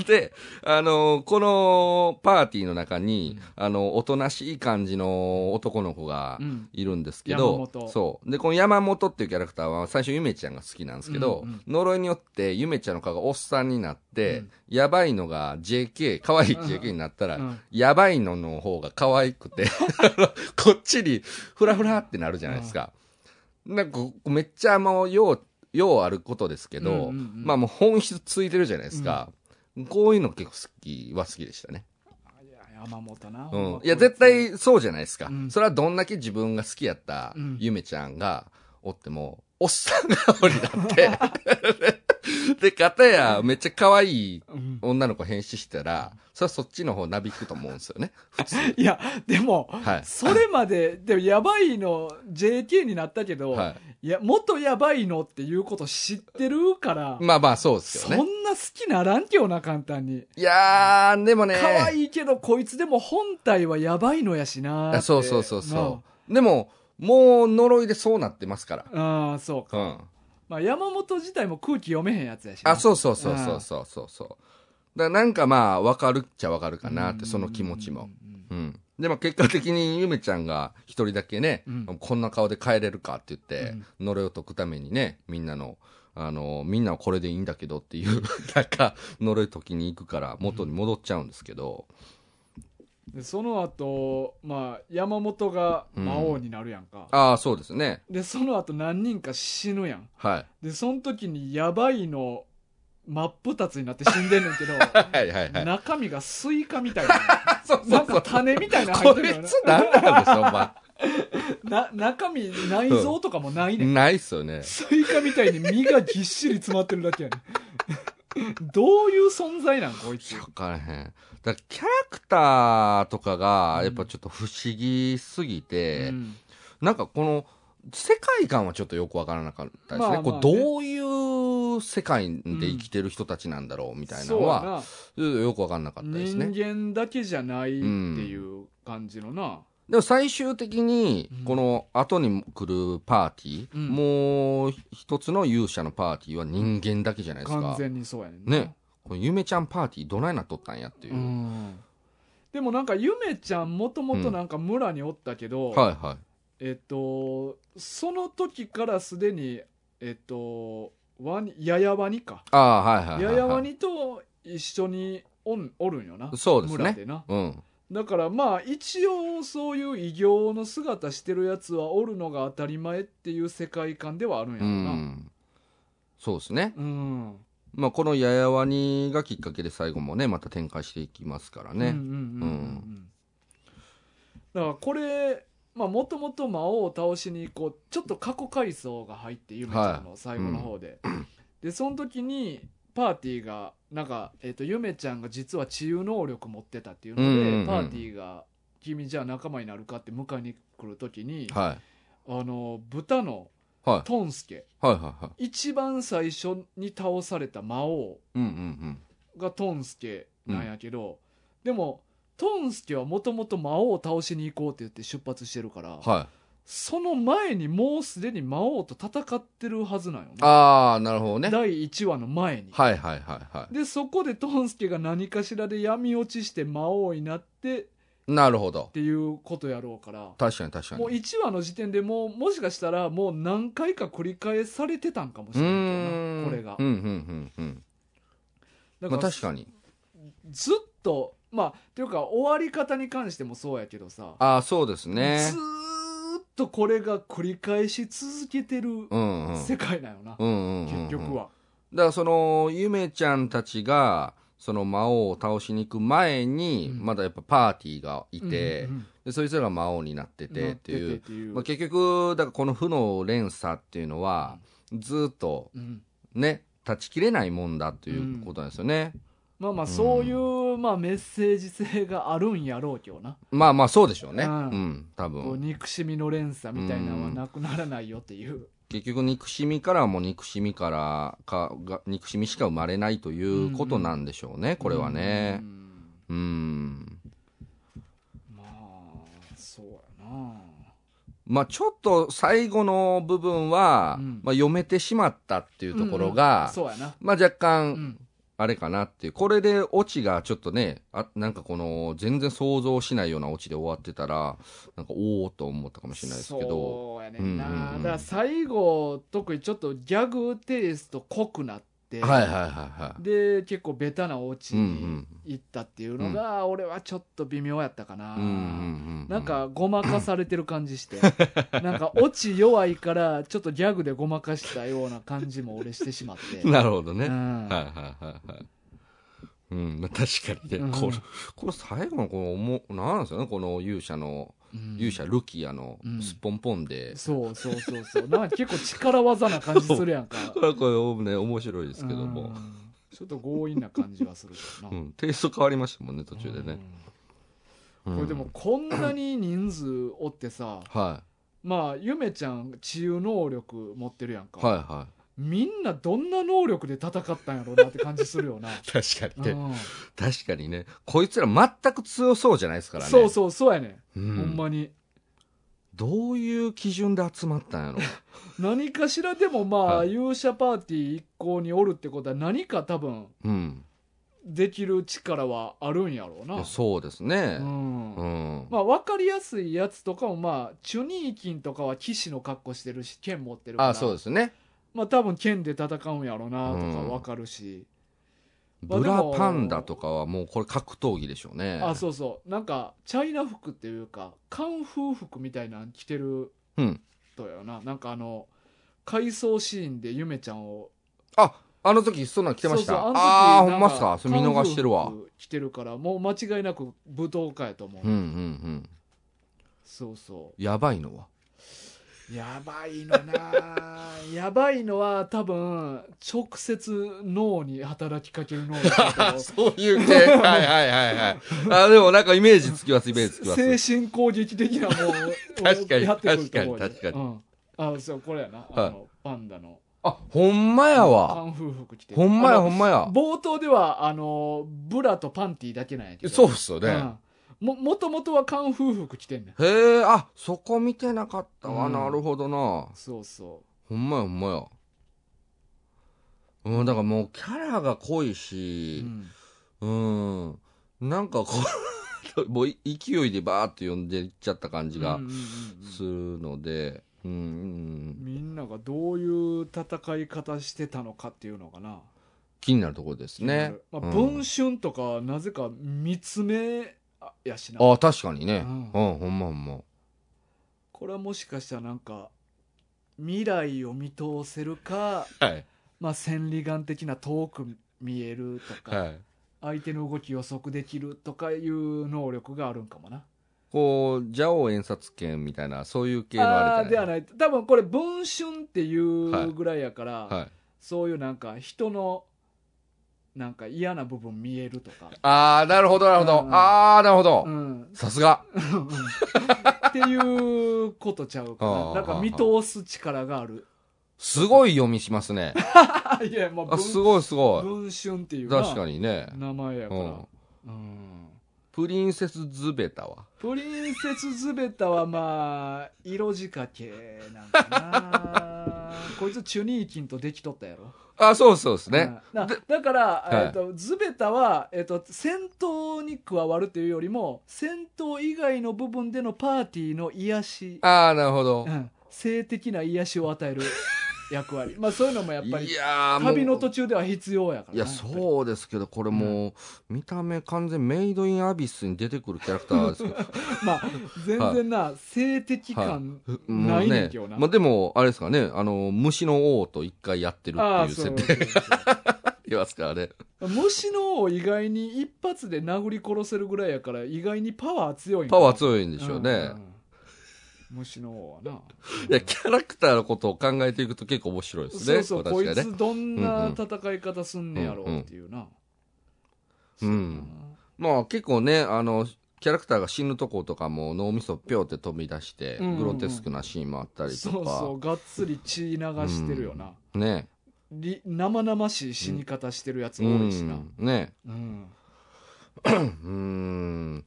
Speaker 2: う。 で、あの、このパーティーの中に、あの、おとなしい感じの男の子が
Speaker 1: うん
Speaker 2: いるんですけ
Speaker 1: 山
Speaker 2: ど、
Speaker 1: 本
Speaker 2: そう。で、この山本っていうキャラクターは最初ゆめちゃんが好きなんですけど、
Speaker 1: うんうん
Speaker 2: 呪いによってゆめちゃんの顔がおっさんになって、
Speaker 1: うん
Speaker 2: やばいのが JK、可愛い JK になったら、
Speaker 1: うん
Speaker 2: やばいのの方が可愛くて、 こっちにフラフラってなるじゃないですか。なんかこうめっちゃもうよう、ようあることですけど、
Speaker 1: うんうんうん
Speaker 2: まあもう本質ついてるじゃないですか。こういうの結構好きは好きでしたね。
Speaker 1: いや山本な
Speaker 2: う
Speaker 1: ほん
Speaker 2: ん
Speaker 1: ま。
Speaker 2: いや、絶対そうじゃないですか。
Speaker 1: うん
Speaker 2: それはどんだけ自分が好きやった
Speaker 1: うん
Speaker 2: ゆめちゃんがおっても、おっさん顔になって、 で、片や、めっちゃ可愛い
Speaker 1: うん
Speaker 2: 女の子変身したら、それはそっちの方なびくと思うんですよね。普通。
Speaker 1: いや、でも、
Speaker 2: はい。
Speaker 1: それまで、でもやばいの JK になったけど、、
Speaker 2: はい
Speaker 1: や、元やばいのっていうこと知ってるから、
Speaker 2: い。まあまあ、そうです
Speaker 1: そ
Speaker 2: よね。
Speaker 1: んな好きならんけよな、簡単に。
Speaker 2: いやー、でもね。
Speaker 1: 可愛いけど、こいつでも本体はやばいのやしなって
Speaker 2: あそうそうそうそう。でも、もう呪いでそうなってますから。
Speaker 1: なあああ、そうか。
Speaker 2: うん。
Speaker 1: まあ、山本自体も空気読めへんやつやしな
Speaker 2: あ、そうそうそうそうそうそうそう。だからなんかまあ、わかるっちゃわかるかなって、その気持ちも。。
Speaker 1: うん
Speaker 2: うん。でも結果的にゆめちゃんが一人だけね、
Speaker 1: うん
Speaker 2: こんな顔で帰れるかって言って、呪いを解くためにね、みんなの、あの、みんなはこれでいいんだけどっていう、なんか、呪い解きに行くから元に戻っちゃうんですけど、
Speaker 1: でその後、まあ、山本が魔王になるやんか。
Speaker 2: ああ、そうですね。
Speaker 1: で、その後何人か死ぬやん。
Speaker 2: はい。
Speaker 1: で、その時にやばいの真っ二つになって死んでんねんけど、
Speaker 2: はいはいはい。
Speaker 1: 中身がスイカみたい な。
Speaker 2: そう
Speaker 1: な
Speaker 2: そ
Speaker 1: ん
Speaker 2: う
Speaker 1: か
Speaker 2: そう。
Speaker 1: 種みたいなの入って
Speaker 2: こい
Speaker 1: るよね
Speaker 2: つ何なんでしょ、お前。
Speaker 1: な中身内臓とかも ないねん、
Speaker 2: ないっすよね。
Speaker 1: スイカみたいに身がぎっしり詰まってるだけやねんどういう存在なんこいつ
Speaker 2: わからへん。だからキャラクターとかが、やっぱちょっと不思議すぎて、
Speaker 1: うん
Speaker 2: なんかこの、世界観はちょっとよくわからなかったで
Speaker 1: まあ
Speaker 2: すね。
Speaker 1: まあね
Speaker 2: こうどういう世界で生きてる人たちなんだろうみたいな
Speaker 1: そ
Speaker 2: の
Speaker 1: う
Speaker 2: は、
Speaker 1: や
Speaker 2: よくわかんなかった
Speaker 1: な
Speaker 2: です
Speaker 1: 人
Speaker 2: ね。
Speaker 1: 間だけじゃないっていう感じのな、
Speaker 2: でも最終的に
Speaker 1: うん、
Speaker 2: この後に来るパーティー、
Speaker 1: うん
Speaker 2: もう一つの勇者のパーティーは人間だけじゃないです
Speaker 1: 完
Speaker 2: か。
Speaker 1: 全にそうやねんな
Speaker 2: ね。このゆめちゃんパーティーどないなっとったんやっていう。
Speaker 1: うんでもなんかゆめちゃんもともとなんか村におったけど、
Speaker 2: はいはい。
Speaker 1: えっとその時からすでにえっとワニややワニか
Speaker 2: ああ、はいはいはい、
Speaker 1: や
Speaker 2: はい。
Speaker 1: やワニと一緒におんおるんよな
Speaker 2: そうですね
Speaker 1: 村でな
Speaker 2: うん。
Speaker 1: だからまあ一応そういう異形の姿してるやつはおるのが当たり前っていう世界観ではあるんや
Speaker 2: う
Speaker 1: ろな、
Speaker 2: ん。そうですね。
Speaker 1: うん
Speaker 2: まあ、このややわにがきっかけで最後もね、また展開していきますから
Speaker 1: うんうんうん
Speaker 2: ね。
Speaker 1: うんうんだからこれまあもともと魔王を倒しにこうちょっと過去回想が入ってゆめちゃんの最後の方で、でその時にパーティーがなんか、えっとゆめちゃんが実は治癒能力持ってたっていうので、
Speaker 2: うんうんうん
Speaker 1: パーティーが「君じゃあ仲間になるか?」って迎えに来る時に、
Speaker 2: はい。
Speaker 1: あの豚の
Speaker 2: は
Speaker 1: トンスケ
Speaker 2: い。はいはいはい。
Speaker 1: 一番最初に倒された魔王
Speaker 2: うんうん
Speaker 1: がトンスケなんやけど、でもトンスケはもともと魔王を倒しに行こうって言って出発してるから、
Speaker 2: うん。はい。
Speaker 1: その前にもうすでに魔王と戦ってるはずなんよね
Speaker 2: ああ、なるほどね。はい
Speaker 1: 第1話の前に、
Speaker 2: はいはいは
Speaker 1: でそこでトンスケが何かしらで闇落ちして魔王になってっ
Speaker 2: い。なるほど。
Speaker 1: ていうことやろうから
Speaker 2: 確かに確かに。
Speaker 1: もう
Speaker 2: う
Speaker 1: 1話の時点でもうもしかしたらもう何回か繰り返されてたんかもしれないけど
Speaker 2: ーん
Speaker 1: なこれが
Speaker 2: うんうんうんうん。
Speaker 1: だ
Speaker 2: ま
Speaker 1: か
Speaker 2: あ
Speaker 1: ら
Speaker 2: 確かに。
Speaker 1: ずっとまあっていうか終わり方に関してもそうやけどさ、
Speaker 2: ああ、そうですね
Speaker 1: ず。ーっとこれが繰り返し続けてる
Speaker 2: うんうん。
Speaker 1: 世界なよな、
Speaker 2: うんうんうんうん
Speaker 1: 結局は、
Speaker 2: だからそのゆめちゃんたちがその魔王を倒しに行く前に、
Speaker 1: うん
Speaker 2: まだやっぱパーティーがいて、
Speaker 1: うんうん
Speaker 2: でそいつらが魔王になっててっていう
Speaker 1: なててっていう
Speaker 2: まあ、結局だからこの負の連鎖っていうのはずっと
Speaker 1: うん
Speaker 2: ね断ち切れないもんだということなんですよね、
Speaker 1: まあまあそういう、まあ、メッセージ性があるんやろうけどな、
Speaker 2: まあまあそうでしょうね
Speaker 1: う
Speaker 2: うんん、多
Speaker 1: こう
Speaker 2: 分
Speaker 1: 憎しみの連鎖みたいなのはなくならないよっていう、
Speaker 2: 結局憎しみからはもう憎しみからかが憎しみしか生まれないということなんでしょうね、これはね
Speaker 1: うん
Speaker 2: うん
Speaker 1: まあそうやな
Speaker 2: まあちょっと最後の部分は、
Speaker 1: うん
Speaker 2: まあ、読めてしまったっていうところが、
Speaker 1: そうやな、
Speaker 2: まあ若
Speaker 1: う
Speaker 2: 干、
Speaker 1: ん、
Speaker 2: あれかなっていう。これでオチがちょっとね、あ、なんかこの、全然想像しないようなオチで終わってたら、なんか、おおと思ったかもしれないですけど。
Speaker 1: そうやねんな、
Speaker 2: うんうんう
Speaker 1: だ
Speaker 2: ん
Speaker 1: から最後特にちょっとギャグテイスト濃くなって、
Speaker 2: はいはいはいはい。
Speaker 1: で結構ベタなお家に行ったっていうのが、俺はちょっと微妙やったかな、
Speaker 2: うんうんうんうん。
Speaker 1: なん、かごまかされてる感じして なんかオチ弱いからちょっとギャグでごまかしたような感じも俺してしまって、
Speaker 2: なるほど
Speaker 1: う
Speaker 2: ね。
Speaker 1: ん
Speaker 2: はいはいはいはい。うん、まあ確かにね、
Speaker 1: うん
Speaker 2: これ、これ最後のこの、おも、なんですよね、この勇者の、
Speaker 1: うん
Speaker 2: 勇者ルキアの
Speaker 1: うん、
Speaker 2: すっぽんぽんで、
Speaker 1: そうそうそうそうなんか結構力技な感じするやんか
Speaker 2: これはこれね面白いですけど
Speaker 1: う
Speaker 2: も、
Speaker 1: んちょっと強引な感じはするけど
Speaker 2: う
Speaker 1: な、
Speaker 2: ん、テイスト変わりましたもんね途中でね、
Speaker 1: う
Speaker 2: うん
Speaker 1: んこれでもこんなに人数おってさ
Speaker 2: は
Speaker 1: まあゆめちゃん治癒能力持ってるやん
Speaker 2: い
Speaker 1: か、
Speaker 2: はいは
Speaker 1: みんなどんな能力で戦ったんやろうなって感じする よな、
Speaker 2: い確かに
Speaker 1: う
Speaker 2: ね
Speaker 1: ん
Speaker 2: 確かにねこいつら全く強そうじゃないですからね
Speaker 1: そうそうそうやね、
Speaker 2: う、
Speaker 1: ん、
Speaker 2: ん、
Speaker 1: ほんまに
Speaker 2: どういう基準で集まったんやろ
Speaker 1: 何かしらでもまあ、
Speaker 2: はい
Speaker 1: 勇者パーティー一行におるってことは何か多分
Speaker 2: うん
Speaker 1: できる力は あるんやろう
Speaker 2: いや
Speaker 1: な
Speaker 2: そうですね
Speaker 1: う、ん
Speaker 2: うん
Speaker 1: まあ分かりやすいやつとかもまあチュニーキンとかは騎士の格好してるし剣持ってるから
Speaker 2: あそうですね
Speaker 1: まあ多分剣で戦うんやろうなとか
Speaker 2: うん
Speaker 1: 分かるし、まあ
Speaker 2: ブ
Speaker 1: で
Speaker 2: ラ
Speaker 1: も
Speaker 2: パンダとかはもうこれ格闘技でしょうね
Speaker 1: あそうそうなんかチャイナ服っていうかカンフー服みたいなん着てる
Speaker 2: うん
Speaker 1: 人やななんかあの回想シーンでゆめちゃんを
Speaker 2: ああの時そんなん来てました
Speaker 1: そうそう
Speaker 2: ああ
Speaker 1: の時
Speaker 2: ーほんまっすかそれ見
Speaker 1: なん
Speaker 2: 逃してるわ
Speaker 1: カンフー服着てるからもう間違いなく舞踏家やと思う、
Speaker 2: うんうんうん
Speaker 1: そうそ
Speaker 2: やばいのは
Speaker 1: うやばいのなやばいのは多分直接脳に働きかける能力だ けど
Speaker 2: そう いう系はいはいはいはいあでもなんかイメージつきますイメージつきます
Speaker 1: 精神攻撃的なもう
Speaker 2: 確かに
Speaker 1: やってくると思うで
Speaker 2: 確かに確か
Speaker 1: うん、あそうこれやなあの、パンダの
Speaker 2: あほんまや
Speaker 1: パ
Speaker 2: わ
Speaker 1: ン夫服着てる
Speaker 2: ほんまや
Speaker 1: あ
Speaker 2: ほ
Speaker 1: の
Speaker 2: んまや
Speaker 1: 冒頭ではあのブラとパンティーだけなんやけど
Speaker 2: そうっすよね、
Speaker 1: うん、ももともとはカンフー服着てんねん
Speaker 2: へえあそこ見てなかったわ、
Speaker 1: うん
Speaker 2: なるほどな
Speaker 1: そうそ、
Speaker 2: ほんまやほんまやうんだからもうキャラが濃いう
Speaker 1: う
Speaker 2: し
Speaker 1: ん
Speaker 2: うん、なんかこう もうい勢いでバーって呼んでいっちゃった感じ
Speaker 1: う
Speaker 2: が
Speaker 1: んうんうん
Speaker 2: するのでうん
Speaker 1: うん、みんながどういう戦い方してたのかっていうのかな
Speaker 2: 気になるところですね、
Speaker 1: まあ、
Speaker 2: うん
Speaker 1: 文春とかなぜか見つめやしな
Speaker 2: あ確かにね
Speaker 1: う
Speaker 2: うんん、ほんまほんま
Speaker 1: これはもしかしたらなんか未来を見通せるか、
Speaker 2: はい
Speaker 1: まあ、千里眼的な遠く見えるとか、
Speaker 2: はい
Speaker 1: 相手の動き予測できるとかいう能力があるんかもな。
Speaker 2: こう邪王演察権みたいなそういう系の
Speaker 1: あ
Speaker 2: あ
Speaker 1: あ
Speaker 2: れ
Speaker 1: ー
Speaker 2: じ
Speaker 1: で
Speaker 2: ゃ
Speaker 1: は
Speaker 2: ない
Speaker 1: ない多分これ「文春」っていう
Speaker 2: い
Speaker 1: ぐらいやから、
Speaker 2: はい
Speaker 1: そういうなんか人のなんか嫌な部分見えるとか、
Speaker 2: ああなるほどなるほど、
Speaker 1: うん
Speaker 2: ああなるほど、
Speaker 1: うん、
Speaker 2: さすが
Speaker 1: っていうことちゃうか
Speaker 2: あ
Speaker 1: な
Speaker 2: ー
Speaker 1: なんか見通す力がある
Speaker 2: すごい読みしますね
Speaker 1: いやまあ
Speaker 2: あす
Speaker 1: 文
Speaker 2: ごいすご
Speaker 1: 文春ってい
Speaker 2: いう
Speaker 1: な
Speaker 2: 確かにね
Speaker 1: 名前やから、
Speaker 2: うん
Speaker 1: うん
Speaker 2: プリンセスズベタは
Speaker 1: プリンセスズベタはまあ色仕掛けなん かなこいつチュニーキンとできとったやろ
Speaker 2: あそうそうですね、
Speaker 1: うんな
Speaker 2: で
Speaker 1: だから、
Speaker 2: い
Speaker 1: えっとズベタは、えっと戦闘に加わるというよりも戦闘以外の部分でのパーティーの癒し、
Speaker 2: ああなるほど
Speaker 1: う、ん、性的な癒しを与え る役割まあそういうのもやっぱり
Speaker 2: いやーもう
Speaker 1: 旅の途中では必要やから
Speaker 2: いやそうですけどこれもう、見た目完全メイドインアビスに出てくるキャラクターですけど
Speaker 1: うまあ全然な、性的感
Speaker 2: も
Speaker 1: な
Speaker 2: う
Speaker 1: いねん
Speaker 2: ね
Speaker 1: けどな、
Speaker 2: まあ、でもあれですかねあの虫の王と一回やってるって
Speaker 1: あ
Speaker 2: い
Speaker 1: あ
Speaker 2: う
Speaker 1: そ
Speaker 2: 設
Speaker 1: う
Speaker 2: 定
Speaker 1: そうそうそう
Speaker 2: いますからね
Speaker 1: 虫の王意外に一発で殴り殺せるぐらいやから意外にパワー強いんか
Speaker 2: パ
Speaker 1: な
Speaker 2: ワー強いんでしょうね、
Speaker 1: んん虫の王はない
Speaker 2: やキャラクターのことを考えていくと結構面白いです
Speaker 1: そ
Speaker 2: ね
Speaker 1: うそう、こ
Speaker 2: 確
Speaker 1: い
Speaker 2: かにね
Speaker 1: つどんな戦い方すんねやろうっていうな
Speaker 2: うんうんまあ結構ねあのキャラクターが死ぬとことかも脳みそぴょって飛び出して、
Speaker 1: うんうんうん
Speaker 2: グロテスクなシーンもあったりと
Speaker 1: そう
Speaker 2: か
Speaker 1: そうがっつり血流してるよな、
Speaker 2: ね
Speaker 1: り生々しい死に方してるやつ
Speaker 2: う
Speaker 1: 多いしな、うん
Speaker 2: んねうーん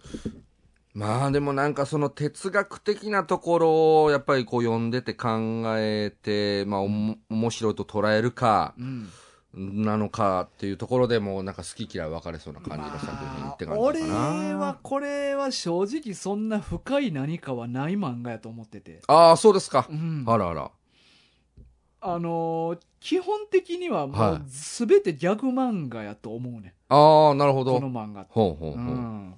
Speaker 2: まあでもなんかその哲学的なところをやっぱりこう読んでて考えて、まあおも面白いと捉えるか、
Speaker 1: うん
Speaker 2: なのかっていうところでもうなんか好き嫌い分かれそうな感じの作品って感じかな。
Speaker 1: まあ俺はこれは正直そんな深い何かはない漫画やと思ってて、
Speaker 2: ああ、そうですか
Speaker 1: う。ん、
Speaker 2: あらあら。
Speaker 1: あのー基本的にはも
Speaker 2: は
Speaker 1: う
Speaker 2: い
Speaker 1: 全てギャグ漫画やと思うね、
Speaker 2: ああ、なるほど。
Speaker 1: この漫画って。
Speaker 2: ほうほうほう。
Speaker 1: うん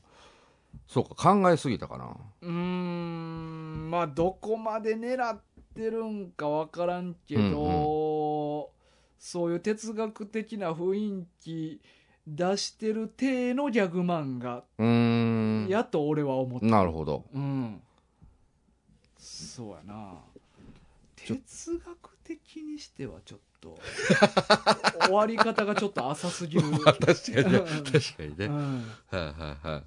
Speaker 2: そうか、考えすぎたかな。
Speaker 1: うーんまあどこまで狙ってるんかわからんけど、そういう哲学的な雰囲気出してる体のギャグ漫画
Speaker 2: うーん。
Speaker 1: やと俺は思った、
Speaker 2: なる ほど。
Speaker 1: うんそうやな
Speaker 2: ちょ
Speaker 1: 哲学的にしてはちょっと終わり方がちょっと浅す ぎる、
Speaker 2: まあ確かに
Speaker 1: う
Speaker 2: ね
Speaker 1: ん
Speaker 2: 確かにね、
Speaker 1: うん
Speaker 2: はいはいはい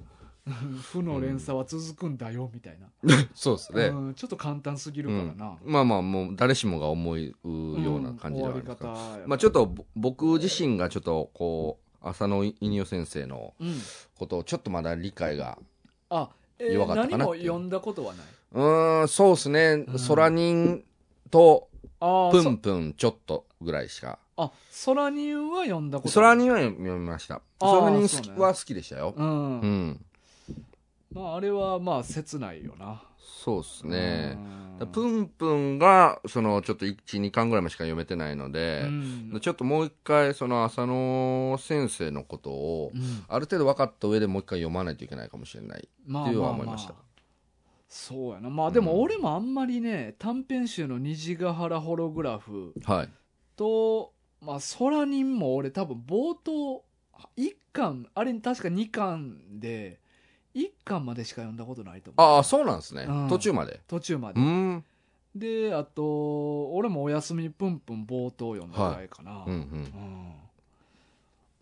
Speaker 1: 負の連鎖は続くんだよみたいな、
Speaker 2: そうですね、
Speaker 1: うんちょっと簡単すぎるからな、
Speaker 2: まあまあもう誰しもが思うような感じではあるんですけど、
Speaker 1: 終わり方
Speaker 2: まあ、ちょっとぼ僕自身がちょっとこう浅野いにお先生の
Speaker 1: うん
Speaker 2: ことをちょっとまだ理解が
Speaker 1: あ、え
Speaker 2: 弱
Speaker 1: ー、
Speaker 2: かったか
Speaker 1: 何
Speaker 2: なっ
Speaker 1: も
Speaker 2: ていう
Speaker 1: 読んだことはないう
Speaker 2: ーんそうですね
Speaker 1: うん
Speaker 2: 空人と
Speaker 1: あ
Speaker 2: プ
Speaker 1: あ
Speaker 2: ンプンちょっとぐらいしか
Speaker 1: あ空人は読んだこと
Speaker 2: 空
Speaker 1: 人
Speaker 2: 人は読みました
Speaker 1: あー
Speaker 2: 空人
Speaker 1: そう
Speaker 2: 好
Speaker 1: ね
Speaker 2: きは好きでしたよ、
Speaker 1: うん、
Speaker 2: うん
Speaker 1: まああれはまあ切ないよな
Speaker 2: そうですね
Speaker 1: う
Speaker 2: だ
Speaker 1: ん
Speaker 2: プンプンがそのちょっと12巻ぐらいまでしか読めてないの
Speaker 1: う
Speaker 2: で、
Speaker 1: ん
Speaker 2: ちょっともう一回その浅野先生のことを
Speaker 1: うん
Speaker 2: ある程度分かった上でもう一回読まないといけないかもしれない
Speaker 1: ま
Speaker 2: っていうのは思いました
Speaker 1: そうやなまあでも俺もあんまりね短編集の「虹ヶ原ホログラフ
Speaker 2: はい」
Speaker 1: と「まあ、空人」も俺多分冒頭1巻あれに確か2巻で1巻までしか読んだことないと思う
Speaker 2: ああそうなんですね、
Speaker 1: うん
Speaker 2: 途中まで
Speaker 1: 途中ま
Speaker 2: う
Speaker 1: で
Speaker 2: ーん
Speaker 1: であと俺も「おやすみぷんぷん」冒頭読んだぐらいかな、
Speaker 2: うんうん
Speaker 1: うん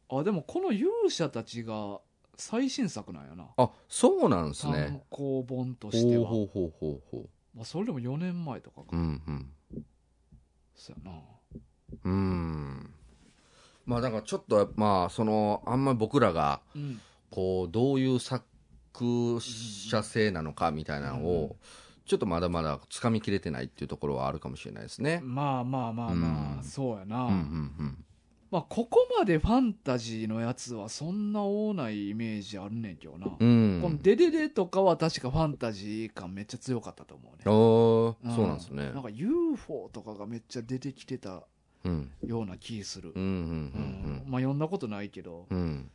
Speaker 1: あでもこの勇者たちが最新作なんやな
Speaker 2: あそうなんです
Speaker 1: 参
Speaker 2: ね
Speaker 1: 考本として
Speaker 2: ほう
Speaker 1: は
Speaker 2: ほうほうほうほ
Speaker 1: まあ、それでも4年前とか
Speaker 2: うう
Speaker 1: か
Speaker 2: んうん
Speaker 1: そうやな
Speaker 2: うーんまあだからちょっとまあそのあんまり僕らが
Speaker 1: うん
Speaker 2: こうどういう作者性なのかみたいなの
Speaker 1: うん
Speaker 2: をちょっとまだまだつかみきれてないっていうところはあるかもしれないですね。
Speaker 1: まあまあまあまあ、
Speaker 2: うん
Speaker 1: そうやな、
Speaker 2: うんうん
Speaker 1: まあここまでファンタジーのやつはそんな多ないイメージあるねんけどな、
Speaker 2: うん。う
Speaker 1: この
Speaker 2: ん。
Speaker 1: デデデとかは確かファンタジー感めっちゃ強かったと思う
Speaker 2: あ
Speaker 1: ね、
Speaker 2: ー
Speaker 1: う
Speaker 2: そうなんですね
Speaker 1: な。んか UFO とかがめっちゃ出てきてた
Speaker 2: うん。
Speaker 1: ような気する、
Speaker 2: うんう
Speaker 1: う
Speaker 2: ん
Speaker 1: んまあ読んだことないけど、
Speaker 2: うんうん。うん。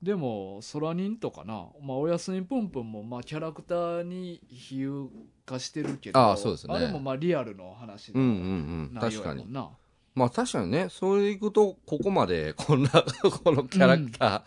Speaker 1: でも空人とかな、まあ、おやすみぷんぷんもまあキャラクターに比喩化してるけど
Speaker 2: ああそうですね
Speaker 1: あれもまあリアルの話
Speaker 2: うんう
Speaker 1: の
Speaker 2: んうん。
Speaker 1: 内
Speaker 2: 確
Speaker 1: 容
Speaker 2: か
Speaker 1: やも
Speaker 2: に。
Speaker 1: んな、
Speaker 2: まあ確かにね、それでいくと、ここまで、 こんな、このキャラクタ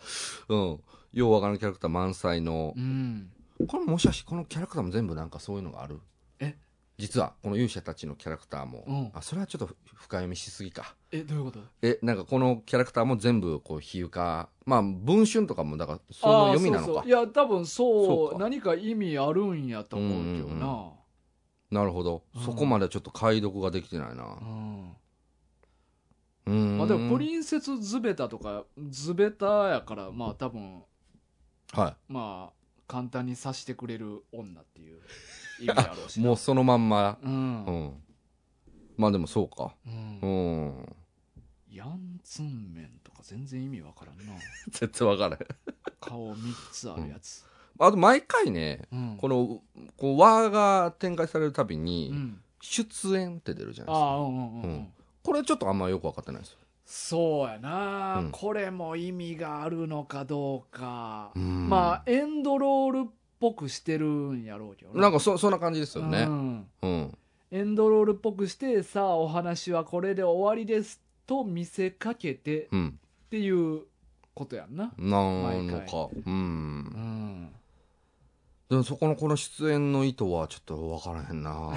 Speaker 2: ー、うん、ようわからんキャラクター満載の
Speaker 1: う、ん、
Speaker 2: これもしかしてこのキャラクターも全部なんかそういうのがある
Speaker 1: え
Speaker 2: 実は、この勇者たちのキャラクターも、
Speaker 1: うん
Speaker 2: あ、それはちょっと深読みしすぎか。
Speaker 1: えどういうこと
Speaker 2: え、なんかこのキャラクターも全部こう比喩化。まあ、文春とかも、だから、その読みなの
Speaker 1: あ
Speaker 2: か。
Speaker 1: あそうそういや多分そう
Speaker 2: そうか
Speaker 1: 何か意味あるんやと思うけどな、
Speaker 2: なるほど、
Speaker 1: うん
Speaker 2: そこまでちょっと解読ができてないな
Speaker 1: う。ん
Speaker 2: うーん。
Speaker 1: まあ、でもプリンセスズベタとかズベタやからまあ多分
Speaker 2: は
Speaker 1: まあ簡単にさしてくれる女っていう意味やろうし
Speaker 2: い。
Speaker 1: な
Speaker 2: もうそのまんま。
Speaker 1: うん、う
Speaker 2: う
Speaker 1: ん
Speaker 2: ん。まあでもそうか。うん。
Speaker 1: ヤンツンメンとか全然意味わからんな
Speaker 2: 絶対わからへん。
Speaker 1: 顔3つあるやつ、
Speaker 2: あと毎回ね、
Speaker 1: うん
Speaker 2: この、こう、和が展開されるたび
Speaker 1: う
Speaker 2: に、
Speaker 1: ん、
Speaker 2: 出演って出るじゃない
Speaker 1: あ
Speaker 2: ですか。
Speaker 1: あうんうんうん、う
Speaker 2: うんん、これちょっとあんまよくわかってないですよ。
Speaker 1: そうやな、
Speaker 2: うん
Speaker 1: これも意味があるのかどうか、
Speaker 2: うん
Speaker 1: まあエンドロールっぽくしてるんやろうけど
Speaker 2: なんかそ、そんな感じですよ
Speaker 1: う
Speaker 2: ね。
Speaker 1: ん
Speaker 2: うん。
Speaker 1: エンドロールっぽくしてさあお話はこれで終わりですと見せかけてっ
Speaker 2: うん。
Speaker 1: ていうことやんな
Speaker 2: なの
Speaker 1: 毎
Speaker 2: か。う。
Speaker 1: うんん
Speaker 2: でもそこのこの出演の意図はちょっとわからへんな。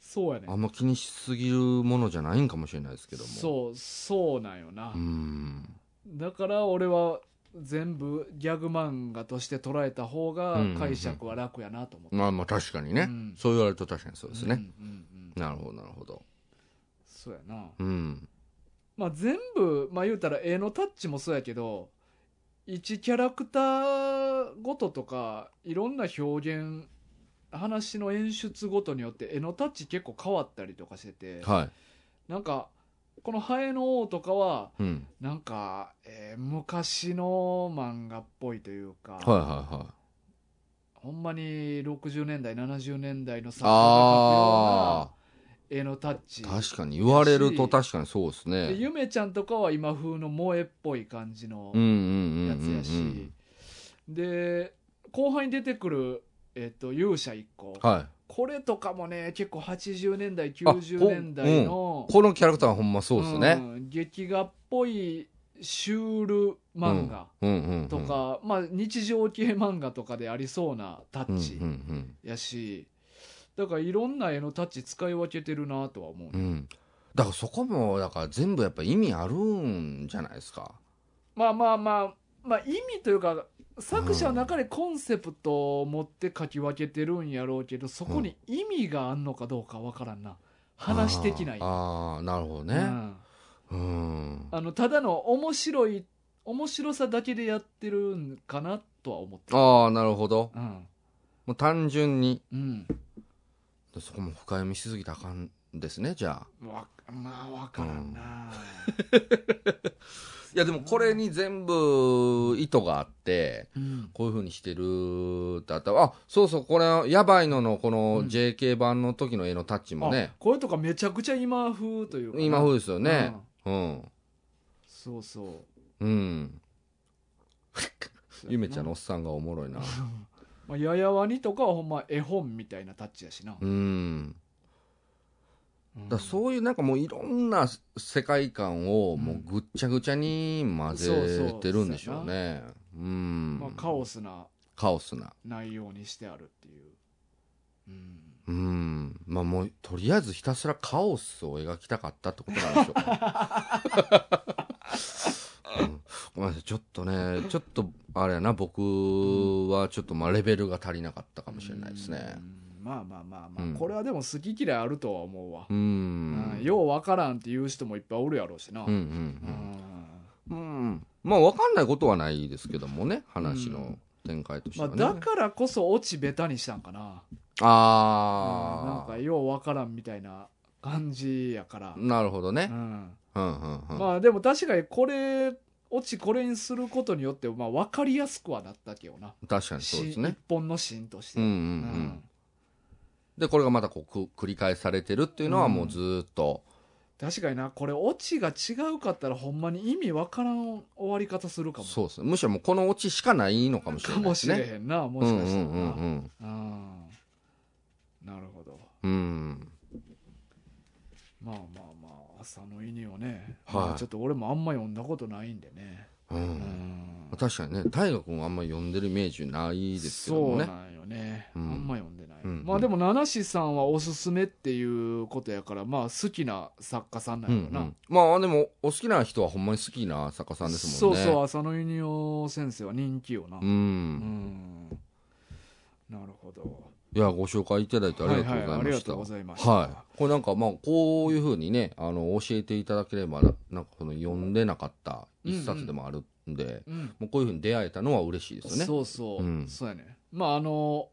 Speaker 1: そうやね
Speaker 2: あんま気にしすぎるものじゃないんかもしれないですけども。
Speaker 1: そうそうなんよな、
Speaker 2: うーん。
Speaker 1: だから俺は全部ギャグ漫画として捉えた方が
Speaker 2: うんうんうん
Speaker 1: 解釈は楽やなと思って、
Speaker 2: まあまあ確かにね。
Speaker 1: うん
Speaker 2: そう言われると確かにそうです
Speaker 1: うん
Speaker 2: ね。
Speaker 1: うんうん
Speaker 2: なるほど、なるほど。
Speaker 1: そうやな
Speaker 2: うん。
Speaker 1: まあ全部まあ言うたら絵のタッチもそうやけど1キャラクターごととかいろんな表現話の演出ごとによって絵のタッチ結構変わったりとかしてて
Speaker 2: は。
Speaker 1: なんかこの「ハエの王」とかはい
Speaker 2: うん。
Speaker 1: なんか、えー昔の漫画っぽいというか、
Speaker 2: はいはいはい。
Speaker 1: ほんまに60年代70年代の作家が描
Speaker 2: あ
Speaker 1: くような絵のタッチ
Speaker 2: あ、確かに言われると確かにそうです
Speaker 1: で
Speaker 2: ね。
Speaker 1: ゆめちゃんとかは今風の萌えっぽい感じの
Speaker 2: うんうんうん
Speaker 1: や
Speaker 2: うん
Speaker 1: つやし、
Speaker 2: うん。
Speaker 1: で後半に出てくる、えっと勇者一個、
Speaker 2: はい。
Speaker 1: これとかもね結構80年代90年代の、
Speaker 2: このキャラクターはほんまそうですね。
Speaker 1: うん劇画っぽいシュール漫画
Speaker 2: うんうんうん。
Speaker 1: とか、まあ、日常系漫画とかでありそうなタ
Speaker 2: うん
Speaker 1: ッ
Speaker 2: う
Speaker 1: チ
Speaker 2: ん
Speaker 1: やし、だからいろんな絵のタッチ使い分けてるなとは思う、
Speaker 2: うん。だからそこも、だから全部やっぱ意味あるんじゃないですか。
Speaker 1: まあまあまあまあ意味というか作者の中でコンセプトを持って書き分けてるんやろうけどそこに意味があんのかどうかわからんな話的ない
Speaker 2: あーあー、なるほど
Speaker 1: う
Speaker 2: ね。
Speaker 1: ん
Speaker 2: うん。あ
Speaker 1: あのただの面白い面白さだけでやってるんかなとは思ってる
Speaker 2: あ、なるほど。
Speaker 1: うん
Speaker 2: もう単純に、
Speaker 1: うん
Speaker 2: そこも深読みしすぎたらあかんですね、じゃあ。
Speaker 1: わまあわからんな、
Speaker 2: いや、でもこれに全部意図があって、
Speaker 1: うん
Speaker 2: こういう風にしてるってあったらあ、そうそう、これ、やばいのの、こ
Speaker 1: う
Speaker 2: の
Speaker 1: ん
Speaker 2: JK 版の時の絵のタッチもね
Speaker 1: あ、これとかめちゃくちゃ今風というかな
Speaker 2: 今風ですよね。うん。
Speaker 1: そうそ
Speaker 2: うん。
Speaker 1: う
Speaker 2: ゆめちゃんのおっさんがおもろいな。
Speaker 1: まあ、ややわにとかはほんま絵本みたいなタッチやしな、
Speaker 2: うん。
Speaker 1: うん
Speaker 2: だからそういうなんかもういろんな世界観をもうぐっちゃぐちゃに混ぜてるんでしょうね。うん。
Speaker 1: まあ、カオスな
Speaker 2: カオスな。
Speaker 1: 内容にしてあるっていう、うん、
Speaker 2: うん。まあもうとりあえずひたすらカオスを描きたかったってことなんでしょうね。うんごめんなさいちょっとね、ちょっとあれやな、僕はちょっとまあレベルが足りなかったかもしれないですね
Speaker 1: う。んまあまあまあまあ、
Speaker 2: うん
Speaker 1: これはでも好き嫌いあるとは思うわ
Speaker 2: う、
Speaker 1: うん
Speaker 2: ん。
Speaker 1: ようわからんっていう人もいっぱいおるやろうしな、
Speaker 2: うんうんうん。うん、まあ分かんないことはないですけどもね話の展開として
Speaker 1: まあ、
Speaker 2: はね、
Speaker 1: だからこそオチベタにしたんかな、うんなん
Speaker 2: ああ
Speaker 1: かようわからんみたいな感じやから、
Speaker 2: なるほど
Speaker 1: う
Speaker 2: ね、
Speaker 1: ん
Speaker 2: うんうんうん
Speaker 1: まあでも確かにこれオチこれにすることによってまあ分かりやすくはなったけどな、
Speaker 2: 確かにそうで
Speaker 1: し
Speaker 2: す
Speaker 1: 一
Speaker 2: ね
Speaker 1: 本のシーンとして、
Speaker 2: うんうんうん、
Speaker 1: うん
Speaker 2: でこれがまたこうく繰り返されてるっていうのはもうずーっと、
Speaker 1: 確かになこれオチが違うかったらほんまに意味わからん終わり方するかも
Speaker 2: そうですねむしろもうこのオチしかないのかもし
Speaker 1: か
Speaker 2: れないで
Speaker 1: も
Speaker 2: す
Speaker 1: し
Speaker 2: ね
Speaker 1: れへんなもしかしたらな、
Speaker 2: うんうんうん
Speaker 1: うんなるほど
Speaker 2: うんうん
Speaker 1: まあまあまあ朝の犬をね、
Speaker 2: はい
Speaker 1: まあちょっと俺もあんま読んだことないんでね、
Speaker 2: うん
Speaker 1: う
Speaker 2: 確かにね大河君はあんまり読んでるイメージないですけど
Speaker 1: そ
Speaker 2: も
Speaker 1: う
Speaker 2: ね
Speaker 1: なんよね、
Speaker 2: うん
Speaker 1: あんま読んでない、
Speaker 2: うん
Speaker 1: まあでも七志さんはおすすめっていうことやからまあ好きな作家さんなん
Speaker 2: うん
Speaker 1: や
Speaker 2: う
Speaker 1: ろな、
Speaker 2: ん、まあでもお好きな人はほんまに好きな作家さんですもんね
Speaker 1: そうそう浅野犬雄先生は人気よな、う
Speaker 2: うん
Speaker 1: んなるほど
Speaker 2: いや、ご紹介いただいてありがとうございました。
Speaker 1: はいはいありがとうございました
Speaker 2: はいこれなんか、まあ、こういうふうにね、あの、教えていただければな、なんか、その、読んでなかった一冊でもあるんで、
Speaker 1: うん
Speaker 2: もうこういうふうに出会えたのは嬉しいですよね。
Speaker 1: そうそう、
Speaker 2: うん
Speaker 1: そうやねまああの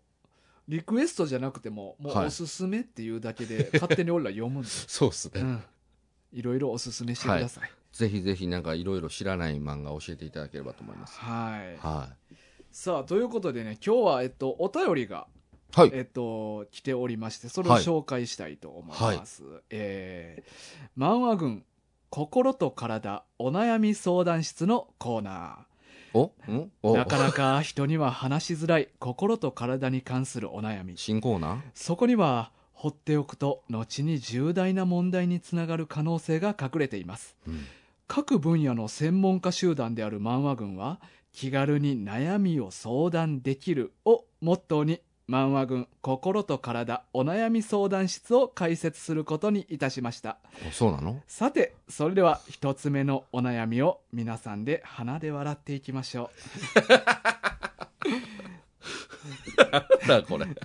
Speaker 1: リクエストじゃなくてももう
Speaker 2: はい
Speaker 1: おすすめっていうだけで勝手に俺ら読 むんで、
Speaker 2: そうです
Speaker 1: う。ん、いろいろおすすめしてください
Speaker 2: ぜひぜひ、なんか、いろいろ知らない漫画を教えていただければと思います。
Speaker 1: はい
Speaker 2: は
Speaker 1: さあということでね今日は、えっと、お便りが、
Speaker 2: い。はい。
Speaker 1: えっと、来ておりましてそれを
Speaker 2: はい
Speaker 1: 紹介したいと思います、えー漫画群心と体お悩み相談室のコーナー
Speaker 2: おんお
Speaker 1: なかなか人には話しづらい心と体に関するお悩み
Speaker 2: 新コーナ
Speaker 1: そこには放っておくと後に重大な問題につながる可能性が隠れています
Speaker 2: ー、うん
Speaker 1: 各分野の専門家集団である漫画群は気軽に悩みを相談できるをモットーに漫画群心と体お悩み相談室を開設することにいたしました
Speaker 2: あそうなの
Speaker 1: さてそれでは一つ目のお悩みを皆さんで鼻で笑っていきましょ
Speaker 2: だこれ。
Speaker 1: う、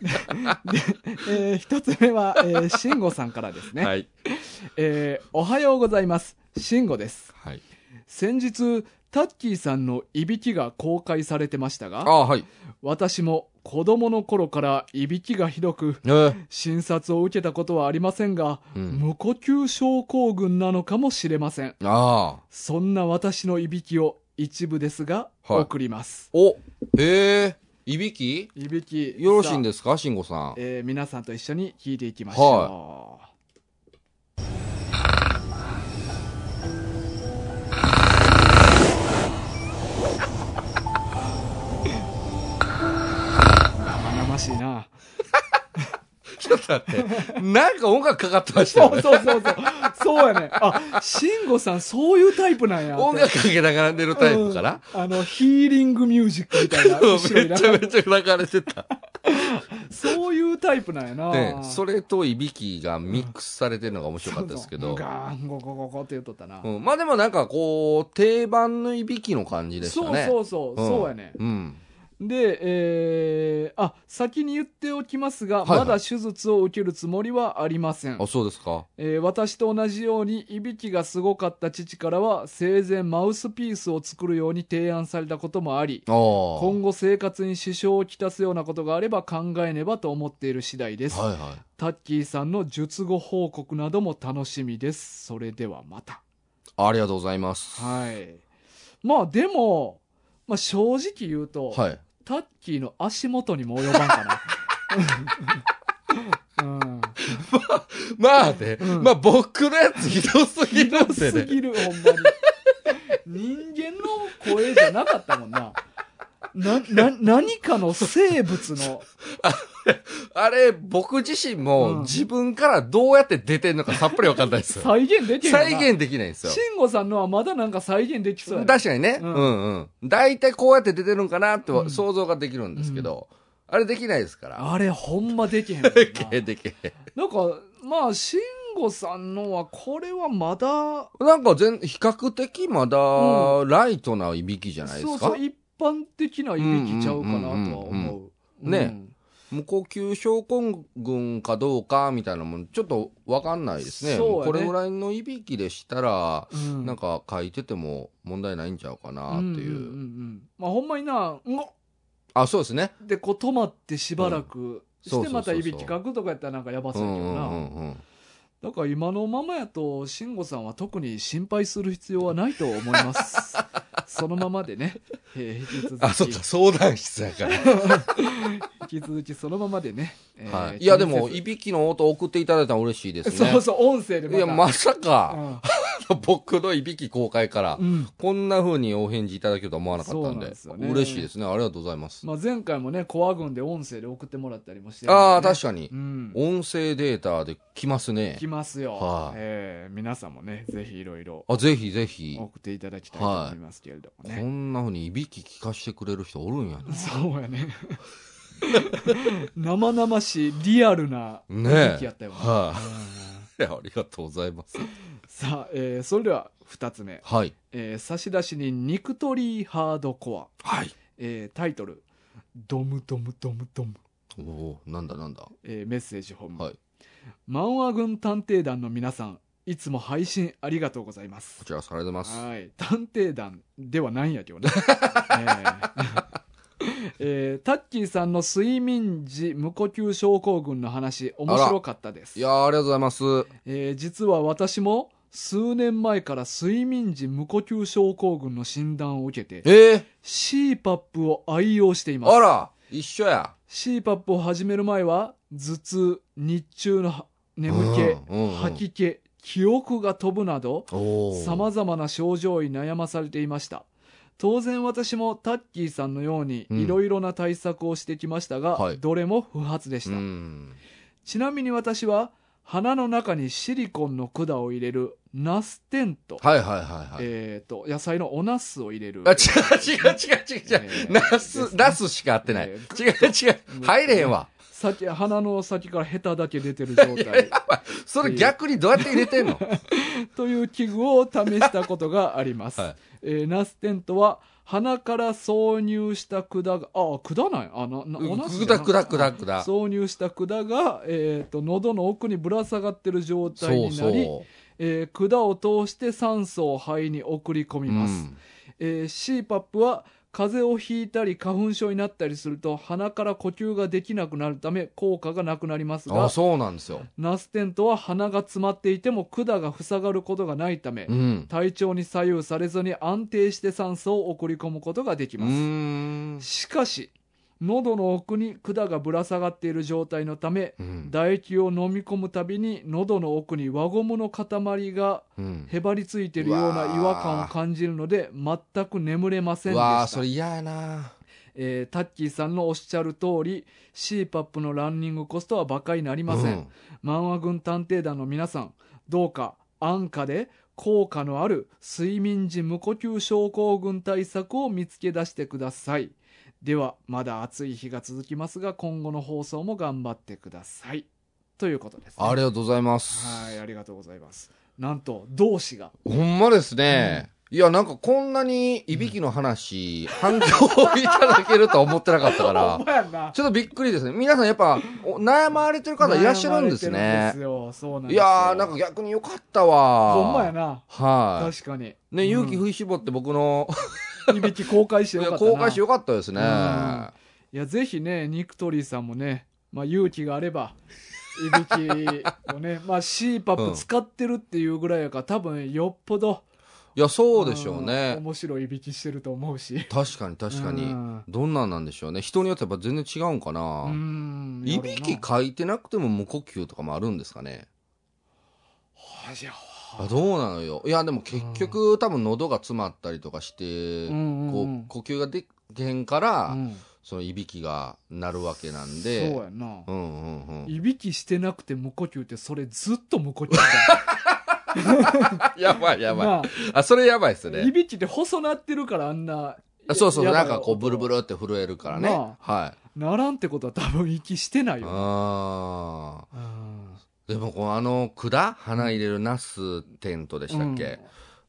Speaker 1: えー一つ目は、えー、慎吾さんからですね、
Speaker 2: はい。
Speaker 1: えーおはようございます慎吾です
Speaker 2: はい。
Speaker 1: 先日タッキーさんのいびきが公開されてました
Speaker 2: あ
Speaker 1: が
Speaker 2: ーはい。
Speaker 1: 私も子供の頃からいびきがひどく
Speaker 2: えー
Speaker 1: 診察を受けたことはありませんが、
Speaker 2: うん。
Speaker 1: 無呼吸症候群なのかもしれません
Speaker 2: ああ。
Speaker 1: そんな私のいびきを一部ですが、
Speaker 2: はい
Speaker 1: 送ります
Speaker 2: おえー、いびき
Speaker 1: いびき
Speaker 2: よろしい
Speaker 1: す、
Speaker 2: んですか慎吾さん。
Speaker 1: えー皆さんと一緒に聞いていきましょう、生々しいな
Speaker 2: ちょっと待って。なんか音楽かかってましたよ
Speaker 1: そうそ
Speaker 2: ね。
Speaker 1: うそうそう。そうやね。あ、慎吾さんそういうタイプなんやって。
Speaker 2: 音楽かけながら出るタイプかな、
Speaker 1: うんあの、ヒーリングミュージックみたいな。後ろ
Speaker 2: め
Speaker 1: にな
Speaker 2: ちゃめちゃ流れてた。
Speaker 1: そういうタイプなんやな。
Speaker 2: ね、それといびきがミックスされてるのが面白かったですけど。
Speaker 1: ガーン、ゴゴゴゴって言っとったな。
Speaker 2: うん、まあでもなんかこう、定番のいびきの感じでした
Speaker 1: そう
Speaker 2: ね。
Speaker 1: そううそう、
Speaker 2: ん
Speaker 1: そうやね。
Speaker 2: うん。
Speaker 1: で、えー、あ、先に言っておきますが、
Speaker 2: はいはい
Speaker 1: まだ手術を受けるつもりはありません
Speaker 2: あ、。そうですか。
Speaker 1: えー私と同じようにいびきがすごかった父からは生前マウスピースを作るように提案されたこともあり
Speaker 2: ああ。
Speaker 1: 今後生活に支障をきたすようなことがあれば考えねばと思っている次第です、
Speaker 2: はいはい。
Speaker 1: タッキーさんの術後報告なども楽しみですそれではまた
Speaker 2: ありがとうございます。
Speaker 1: はいまあでも、まあ、正直言うと、
Speaker 2: はい。
Speaker 1: タッキーの足元にも及ばんかな うん
Speaker 2: まあね、
Speaker 1: うん
Speaker 2: まあ僕のやつひどす
Speaker 1: ひ
Speaker 2: ぎるん
Speaker 1: ど
Speaker 2: ですね。
Speaker 1: ぎる、ほんまに。人間の声じゃなかったもんな。な、な、何かの生物の、
Speaker 2: あれ、僕自身
Speaker 1: うん
Speaker 2: も自分からどうやって出てんのかさっぱりわかんないですよ。
Speaker 1: 再現できへんよな
Speaker 2: 再。現できないんですよ。
Speaker 1: 慎吾さんのはまだなんか再現できそうやな。
Speaker 2: 確かにね。
Speaker 1: う
Speaker 2: うんんうん。大体こうやって出てるんかなって
Speaker 1: うん
Speaker 2: 想像ができるんですけど、あれできないですから。
Speaker 1: あれ、ほんまできへんもんな。
Speaker 2: で けえでけえ。
Speaker 1: なんか、まあ、慎吾さんのは、これはまだ、
Speaker 2: なんか全、比較的まだ
Speaker 1: う
Speaker 2: ライトないびきじゃないで
Speaker 1: そう
Speaker 2: す
Speaker 1: そ
Speaker 2: か
Speaker 1: う、。一般的ないびきちゃうかなとは思う。
Speaker 2: うんうんうんうんね無呼吸症候群かどうかみたいなもん、ちょっとわかんないですね。
Speaker 1: そうやね
Speaker 2: これぐらいのいびきでしたら、
Speaker 1: うん。
Speaker 2: なんか書いてても問題ないんちゃうかなっていう。
Speaker 1: んんんんまあ、ほんまにな、うんごっ
Speaker 2: あ、そうですね。
Speaker 1: でこう止まってしばらく
Speaker 2: うん
Speaker 1: し
Speaker 2: そう
Speaker 1: て
Speaker 2: そうそうそう
Speaker 1: またいびきかくとかやったらなんかやばそううやけ
Speaker 2: ん
Speaker 1: ど
Speaker 2: うん
Speaker 1: な、
Speaker 2: うんうん。
Speaker 1: だから今のままやと慎吾さんは特に心配する必要はないと思います そのままでね、えー引き続き
Speaker 2: あ、そっか、相談室やから。
Speaker 1: 引き続きそのままでね、えー
Speaker 2: はい。いや、で
Speaker 1: 気
Speaker 2: も、
Speaker 1: に
Speaker 2: いびきの音送っていただいたら嬉しいで
Speaker 1: せ
Speaker 2: す
Speaker 1: ず
Speaker 2: ね。
Speaker 1: そうそう音声でまた
Speaker 2: いや、まさ
Speaker 1: う
Speaker 2: か、
Speaker 1: ん
Speaker 2: 僕のいびき公開から、
Speaker 1: うん
Speaker 2: こんな風にお返事いただけるとは思わなかったんで、
Speaker 1: そうなんですよね
Speaker 2: 嬉しいですね。ありがとうございます。
Speaker 1: まあ、前回もねコア軍で音声で送ってもらったりもして
Speaker 2: ああ、確
Speaker 1: か
Speaker 2: かに
Speaker 1: う、ん
Speaker 2: 音声データで来ますね
Speaker 1: 来。ますよ、
Speaker 2: はい
Speaker 1: えー皆さんもねぜひいろいろ
Speaker 2: あ、ぜひぜひ、
Speaker 1: 送っていただきたいと思いますけれどもね、
Speaker 2: こんな風にいびき聞かしてくれる人おるんやね。
Speaker 1: そうやね。生々しいリアルな雰
Speaker 2: ね
Speaker 1: 囲気
Speaker 2: え。
Speaker 1: やったよね
Speaker 2: は
Speaker 1: うん
Speaker 2: い、ありがとうございます。
Speaker 1: さあ、えーそれでは2つ目、
Speaker 2: はい。
Speaker 1: えー差出に「肉トリハードコア
Speaker 2: はい。」
Speaker 1: えータイトル「ドムドムドムドム
Speaker 2: おおなんだなんだ。」
Speaker 1: えーメッセージ本部、
Speaker 2: はい
Speaker 1: マンワ軍探偵団の皆さんいつも配信ありがとうございます
Speaker 2: こちらされてます。
Speaker 1: はい、探偵団ではないんやけどね。ええ えータッキーさんの睡眠時無呼吸症候群の話面白かったです
Speaker 2: い、やーありがとうございます。
Speaker 1: えー実は私も数年前から睡眠時無呼吸症候群の診断を受けて
Speaker 2: ええ
Speaker 1: CPAP を愛用しています
Speaker 2: あら、一緒や。
Speaker 1: CPAP を始める前は頭痛日中の眠気、
Speaker 2: うんうんうん
Speaker 1: 吐き気記憶が飛ぶなど
Speaker 2: おお。
Speaker 1: さまざまな症状に悩まされていました当然私もタッキーさんのように
Speaker 2: うん
Speaker 1: いろいろな対策をしてきましたが、
Speaker 2: はい
Speaker 1: どれも不発でした、
Speaker 2: うん。
Speaker 1: ちなみに私は鼻の中にシリコンの管を入れるナステンと,、
Speaker 2: はいはいはいはい。
Speaker 1: えー、と野菜のおナスを入れる
Speaker 2: あ、違う違う違う違う違う。
Speaker 1: えー
Speaker 2: ナ
Speaker 1: です
Speaker 2: ス、
Speaker 1: ね
Speaker 2: ナスしか合ってない。
Speaker 1: え
Speaker 2: 違う違
Speaker 1: うん
Speaker 2: う。入れへんわ。
Speaker 1: 先鼻の先からヘタだけ出てる状態
Speaker 2: それ逆にどうやって入れて んの
Speaker 1: という器具を試したことがあります、
Speaker 2: はい
Speaker 1: えーナステントは鼻から挿入した管があ管ないあななおナスじゃな
Speaker 2: くだくだくだくだ。
Speaker 1: 挿入した管が、えー、と喉の奥にぶら下がってる状態
Speaker 2: そう
Speaker 1: になり、
Speaker 2: そ
Speaker 1: えー管を通して酸素を肺に送り込
Speaker 2: う。
Speaker 1: み
Speaker 2: う
Speaker 1: ます、
Speaker 2: ん
Speaker 1: えー、CPAP は風邪をひいたり花粉症になったりすると鼻から呼吸ができなくなるため効果がなくなります
Speaker 2: あ、
Speaker 1: が
Speaker 2: そうなんですよ。
Speaker 1: ナステントは鼻が詰まっていても管が塞がることがないため、
Speaker 2: うん。
Speaker 1: 体調に左右されずに安定して酸素を送り込むことができ
Speaker 2: う
Speaker 1: ます、
Speaker 2: ーん。
Speaker 1: しかし喉の奥に管がぶら下がっている状態のため
Speaker 2: うん
Speaker 1: 唾液を飲み込むたびに喉の奥に輪ゴムの塊が
Speaker 2: うん。
Speaker 1: へばりついているような違和感を感じるので全く眠れません
Speaker 2: う
Speaker 1: で
Speaker 2: わー
Speaker 1: し
Speaker 2: そ
Speaker 1: た
Speaker 2: れ嫌やな
Speaker 1: えータッキーさんのおっしゃる通り CPAP のランニングコストは馬鹿になりません、
Speaker 2: うん
Speaker 1: 漫画軍探偵団の皆さんどうか安価で効果のある睡眠時無呼吸症候群対策を見つけ出してくださいではまだ暑い日が続きますが今後の放送も頑張ってくださいということですね、
Speaker 2: ありがとうございます。
Speaker 1: はいありがとうございますなんと同志が
Speaker 2: ほんまですね。いや、なんかこんなにいびきの話、反響をいただけるとは思ってなかったから
Speaker 1: ほん、まやんな
Speaker 2: ちょっとびっくりですね。皆さんやっぱ、お悩まれてる方いらっしゃるんです
Speaker 1: 悩まれてるんで
Speaker 2: ね
Speaker 1: す。よそうなんで
Speaker 2: い
Speaker 1: すよ
Speaker 2: やー、なんか逆によかったわ。
Speaker 1: ほんまやな
Speaker 2: は
Speaker 1: 確かに
Speaker 2: い。ね、
Speaker 1: うん
Speaker 2: 勇気振り絞って僕の、
Speaker 1: いびき公開して
Speaker 2: い
Speaker 1: よ
Speaker 2: や
Speaker 1: かったな
Speaker 2: 公開してよかったですね。
Speaker 1: うん
Speaker 2: はい
Speaker 1: やぜひねニクトリーさんもね、まあ、勇気があれ ばいびきをねまあ CPAP 使ってるっていうぐらいやから多分よっぽど
Speaker 2: いや、そうでしょうんね。
Speaker 1: 面白いいびきしてると思うし
Speaker 2: 確かに確か
Speaker 1: う
Speaker 2: に。
Speaker 1: ん
Speaker 2: どんなんなんでしょうね。人によってやっぱ全然違うんか
Speaker 1: う
Speaker 2: な。
Speaker 1: ん
Speaker 2: いびき
Speaker 1: やろ
Speaker 2: 書いてなくても無呼吸とかもあるんですかね。
Speaker 1: うないや
Speaker 2: あどうなのよいやでも結局多分喉が詰まったりとかして、
Speaker 1: うんうんうん
Speaker 2: こう呼吸ができへんから、
Speaker 1: うん
Speaker 2: そのいびきがなるわけなん
Speaker 1: そう
Speaker 2: で
Speaker 1: やな、
Speaker 2: うんうんうん
Speaker 1: いびきしてなくて無呼吸ってそれずっと無呼吸だ
Speaker 2: やばいやばい
Speaker 1: な
Speaker 2: あそれやばいっす
Speaker 1: あい
Speaker 2: ね
Speaker 1: びきって細なってるからあんな
Speaker 2: あそうそう
Speaker 1: やばい
Speaker 2: なんかこうブルブルって震えるからね
Speaker 1: な
Speaker 2: はい
Speaker 1: ならんってことは多分息してないよね
Speaker 2: あ
Speaker 1: うん
Speaker 2: ーでもこうあの管花入れるナステントでしたっけ、
Speaker 1: うん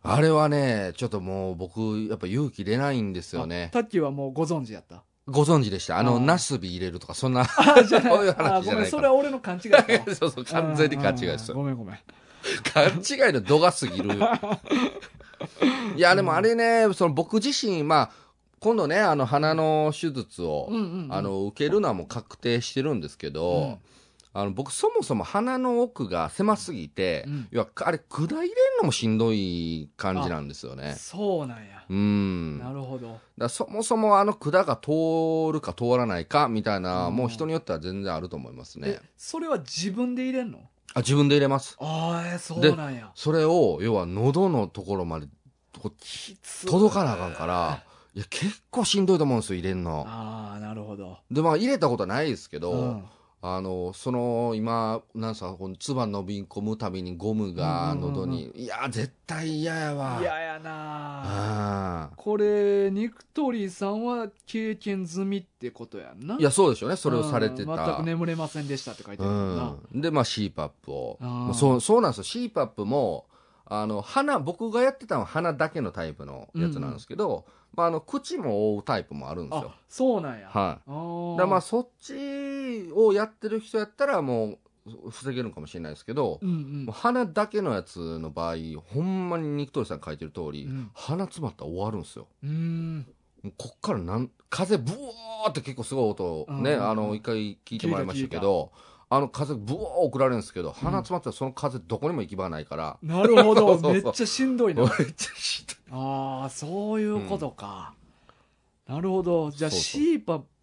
Speaker 2: あれはねちょっともう僕やっぱ勇気出ないんですよね
Speaker 1: あタッキーはもうご存知や った。
Speaker 2: ご存知でしたあ
Speaker 1: あ
Speaker 2: の
Speaker 1: ー
Speaker 2: ナスビ入れるとかそんな
Speaker 1: あ、じゃない
Speaker 2: そういう話じゃない
Speaker 1: あ、ごめん、
Speaker 2: から
Speaker 1: それは俺の勘違いだわ。
Speaker 2: そうそう 完全に勘違いです
Speaker 1: うんごめんごめん。
Speaker 2: 勘違いの度が過 ぎる。いや、でもあれね、その僕自身、まあ、今度ね、あの、鼻の手術を、
Speaker 1: うんうんうん
Speaker 2: あの、受けるのはもう確定してるんですけど、
Speaker 1: うん
Speaker 2: あの、僕そもそも鼻の奥が狭すぎて、
Speaker 1: うん
Speaker 2: 要は、あれ、管入れるのもしんどい感じなんですよね。
Speaker 1: そうなんや。
Speaker 2: うん。
Speaker 1: なるほど。
Speaker 2: だからそもそもあの管が通るか通らないかみたいな、
Speaker 1: うん
Speaker 2: もう人によっては全然あると思いますね
Speaker 1: え。、それは自分で入れんの
Speaker 2: あ、自分で入れます。
Speaker 1: ああ、えそうなんや。
Speaker 2: それを、要は喉のところまで、こう
Speaker 1: きつ
Speaker 2: 届かなあかんから、いや、結構しんどいと思うんですよ、入れんの。
Speaker 1: ああ、なるほど。
Speaker 2: で、まあ、入れたことはないですけど、
Speaker 1: うん
Speaker 2: あの、その、今、なんすか、この、唾飲み込むたびにゴムが
Speaker 1: うんうんうん
Speaker 2: 喉に、いや、絶対嫌やわ。
Speaker 1: いややなあ
Speaker 2: あ
Speaker 1: これ、ニクトリーさんは経験済みってことやんな。
Speaker 2: ーいや、そうですよね、それをされて
Speaker 1: うん全
Speaker 2: た
Speaker 1: く。眠れませんでしたって書いて
Speaker 2: う
Speaker 1: あるもんな。
Speaker 2: ん。で、まあ、CPAP を。
Speaker 1: あー
Speaker 2: もうそう、そうなんですよ、CPAP も、あの、鼻、僕がやってたのは鼻だけのタイプのやつなんですけど、まあ、あの、口も覆うタイプもあるんですよ
Speaker 1: あ。、そうなんや。
Speaker 2: はい。
Speaker 1: あー
Speaker 2: だからまあそっちをやってる人やったらもう防げるのかもしれないですけど、
Speaker 1: うんうん
Speaker 2: もう。鼻だけのやつの場合ほんまに肉鳥さん書いてる通り、
Speaker 1: うん
Speaker 2: 鼻詰まったら終わるんですよ
Speaker 1: うーん。
Speaker 2: もうこっからなん風ブワーって結構すごい音をね、
Speaker 1: うんうんうん
Speaker 2: あの一回聞いてもらいましたけどあの風ブワー送られるんですけど鼻詰まったらその風どこにも行き場ないから、
Speaker 1: なるほ
Speaker 2: そ
Speaker 1: ど。
Speaker 2: うそう
Speaker 1: めっ
Speaker 2: そう
Speaker 1: ちゃしんどい
Speaker 2: め
Speaker 1: な
Speaker 2: っ。ちゃしんどい
Speaker 1: ああ、そういうことか。なるほど。じゃあ
Speaker 2: そうそう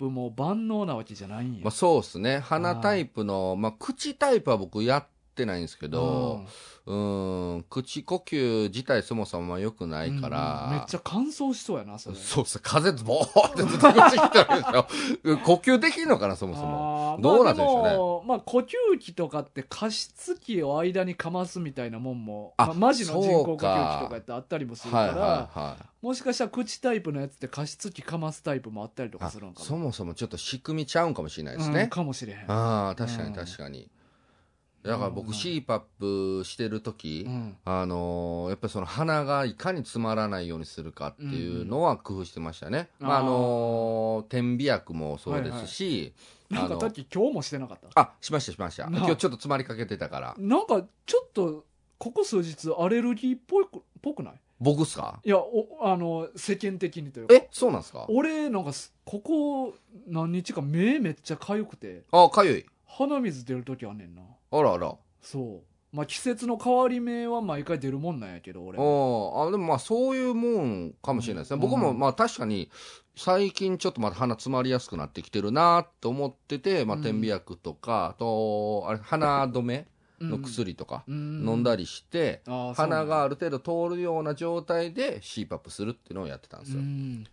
Speaker 1: CPAP も万能なわけじゃないんや。
Speaker 2: まあ、そうですね鼻タイプのまあ、口タイプは僕やってないんですけど、うーん、口呼吸自体そもそも良くな
Speaker 1: う
Speaker 2: い
Speaker 1: ん
Speaker 2: から、
Speaker 1: うんめっちゃ乾燥しそうやな、それ。
Speaker 2: そうっすね、風ボーってずっと口来てるでしょ。 呼吸できんのかな、そもそも。
Speaker 1: あー
Speaker 2: どうなってるんでしょうね
Speaker 1: まあもまあ、呼吸器とかって加湿器を間にかますみたいなもんも、
Speaker 2: あ
Speaker 1: まあ、マジの人工
Speaker 2: そ
Speaker 1: 呼吸
Speaker 2: う
Speaker 1: 器
Speaker 2: か
Speaker 1: とかやってあったりもするか
Speaker 2: は
Speaker 1: ら、
Speaker 2: いはいはい。
Speaker 1: もしかしたら口タイプのやつって加湿器かますタイプもあったりとか
Speaker 2: あ
Speaker 1: するんかも
Speaker 2: そもそもちょっと仕組みちゃうんかもしれないです
Speaker 1: うん
Speaker 2: ね。
Speaker 1: かもしれへん。
Speaker 2: ああ、確か
Speaker 1: うん
Speaker 2: に確かに。だから僕
Speaker 1: うん
Speaker 2: CPAP してる時、
Speaker 1: うん
Speaker 2: あのーやっぱりその鼻がいかに詰まらないようにするかっていうのは工夫してましたね。
Speaker 1: うん
Speaker 2: まあ、
Speaker 1: あ
Speaker 2: あ
Speaker 1: ー
Speaker 2: のー点鼻薬もそうですし、
Speaker 1: なん
Speaker 2: あ
Speaker 1: か
Speaker 2: の
Speaker 1: さっき今日もしてなかった
Speaker 2: あ、しましたしました。
Speaker 1: なあ
Speaker 2: 今日ちょっと詰まりかけてたから。
Speaker 1: なんかちょっとここ数日アレルギーっぽいくぽくない
Speaker 2: 僕っすか
Speaker 1: いやおあの世間的にというか
Speaker 2: えそうなんですか
Speaker 1: 俺なんかすここ何日か目めっちゃ痒くて
Speaker 2: あ、かゆい。
Speaker 1: 鼻水出る時あんねんな
Speaker 2: あらあら。
Speaker 1: そうまあ季節の変わり目は毎回出るもんなんやけど俺
Speaker 2: おあでもまあそういうもんかもしれないですね。僕も
Speaker 1: うん
Speaker 2: まあ確かに最近ちょっとまだ鼻詰まりやすくなってきてるなと思ってて、まあ
Speaker 1: うん
Speaker 2: 点鼻薬とか、あと、あれ、鼻止めの薬とか
Speaker 1: 飲
Speaker 2: 飲んだりして、鼻
Speaker 1: 鼻
Speaker 2: が
Speaker 1: あ
Speaker 2: ある程度通るような状態で CPAP するっていうのをやってたん
Speaker 1: る
Speaker 2: ですよ。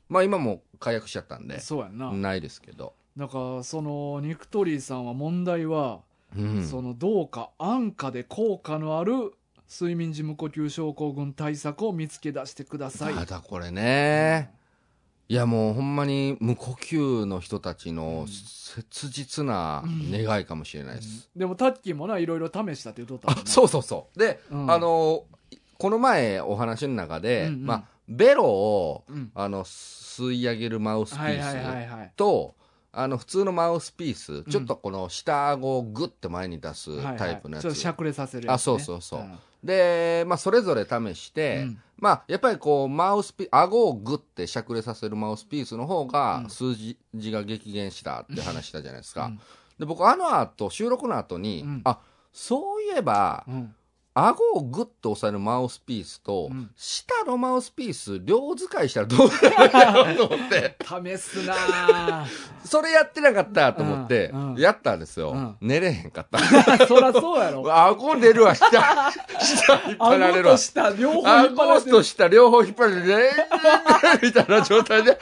Speaker 2: まあ今もう解約しちゃったんで、
Speaker 1: そうやんな
Speaker 2: ないですけど。
Speaker 1: だからそのニクトリーさんは問題は
Speaker 2: うん
Speaker 1: そのどうか安価で効果のある睡眠時無呼吸症候群対策を見つけ出してください
Speaker 2: ただこれね、いやもうほんまに無呼吸の人たちの切実な願いかもしれないです。
Speaker 1: でもタッキーもないろいろ試したって言うとったもん
Speaker 2: あ
Speaker 1: な
Speaker 2: そうそうそう。で、
Speaker 1: うん
Speaker 2: あの、この前お話の中で、
Speaker 1: うんうん
Speaker 2: まあ、ベロを、
Speaker 1: うん
Speaker 2: あの、吸い上げるマウスピ
Speaker 1: はいはいは
Speaker 2: ー
Speaker 1: い
Speaker 2: ス
Speaker 1: はい
Speaker 2: と、あの、普通のマウスピース、ちょっとこの下顎をグッと前に出す
Speaker 1: はいはい
Speaker 2: タイプのやつ。
Speaker 1: ちょっとしゃくれさせるやつね
Speaker 2: あそうそうそうんで、まあ、それぞれ試して、
Speaker 1: うん
Speaker 2: まあ、やっぱりこう、マウスピ、顎をグッてしゃくれさせるマウスピースの方
Speaker 1: う
Speaker 2: が、
Speaker 1: ん
Speaker 2: 数字が激減したって話したじゃないですか。
Speaker 1: うん
Speaker 2: で、僕、あの後、収録の後に、
Speaker 1: うん
Speaker 2: あ、そういえば、
Speaker 1: うん
Speaker 2: 顎をグッと押さえるマウスピースと、
Speaker 1: うん
Speaker 2: 下のマウスピース、両使いしたらどうなるだろうと思 って、
Speaker 1: 試すなあ
Speaker 2: それやってなかったと思って
Speaker 1: うん、うん
Speaker 2: やったんですよ。
Speaker 1: うん
Speaker 2: 寝れへんかった。
Speaker 1: そらそうやろ
Speaker 2: 顎寝るわ、 下、下引っ張られ
Speaker 1: 顎
Speaker 2: る
Speaker 1: と。
Speaker 2: わ
Speaker 1: 下両方
Speaker 2: あ
Speaker 1: 引っ張られ
Speaker 2: ゴー
Speaker 1: て
Speaker 2: ス
Speaker 1: る
Speaker 2: とした両方引っ張るね、 みたいな状態で、うん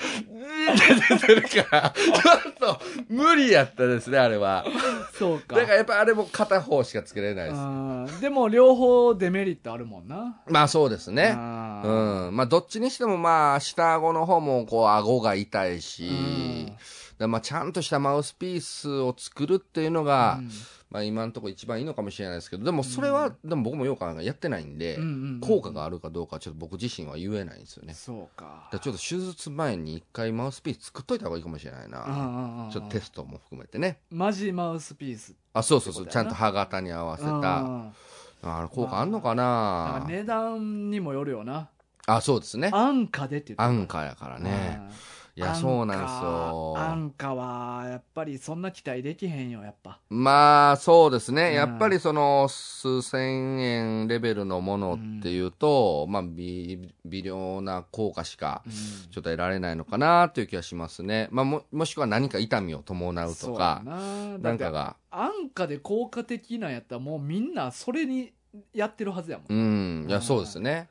Speaker 2: って出てるから、ちょっと無理やったですね、あれは。
Speaker 1: そう
Speaker 2: だ
Speaker 1: か
Speaker 2: からやっぱあれも片方しかつけれないです。
Speaker 1: うんでも両方デメリットあるもんな
Speaker 2: まあそうですね。
Speaker 1: あ
Speaker 2: う
Speaker 1: ー
Speaker 2: ん。まあどっちにしてもまあ下顎の方もこう顎が痛いし、
Speaker 1: うん
Speaker 2: だからまあちゃんとしたマウスピースを作るっていうのが、まあ今のところ一番いいのかもしれないですけど、でもそれは、でも僕もよう考えやってないんで、
Speaker 1: うんうんうん
Speaker 2: 効果があるかどうかちょっと僕自身は言えないんですよね。
Speaker 1: そうか
Speaker 2: だからちょっと手術前に一回マウスピース作っといた方がいいかもしれないな。
Speaker 1: あ
Speaker 2: ちょっとテストも含めてね。
Speaker 1: マジマウスピース
Speaker 2: あ、そうそうそう。
Speaker 1: ってこと
Speaker 2: ちゃ
Speaker 1: やなん
Speaker 2: と歯型に合わせた。
Speaker 1: うん
Speaker 2: ああれ効果あんのかな
Speaker 1: なんか値段にもよるよな
Speaker 2: あ、そうですね。
Speaker 1: 安価でって言ってた
Speaker 2: 安価やからね。いや、
Speaker 1: 安価
Speaker 2: そうなんですよ。
Speaker 1: 安価はやっぱりそんな期待できへんよやっぱ
Speaker 2: まあ、そうです
Speaker 1: うん
Speaker 2: ね。やっぱりその、数千円レベルのものっていうと、まあ、微微量な効果しか、ちょっと得られないのかなという気がしますね。まあ、も、もしくは何か痛みを伴うとか、
Speaker 1: そう
Speaker 2: な
Speaker 1: や
Speaker 2: ん
Speaker 1: な
Speaker 2: か
Speaker 1: だって
Speaker 2: が。
Speaker 1: 安価で効果的なんやったらもうみんなそれにやってるはずやもん
Speaker 2: うん、い
Speaker 1: うん
Speaker 2: や、そうですね。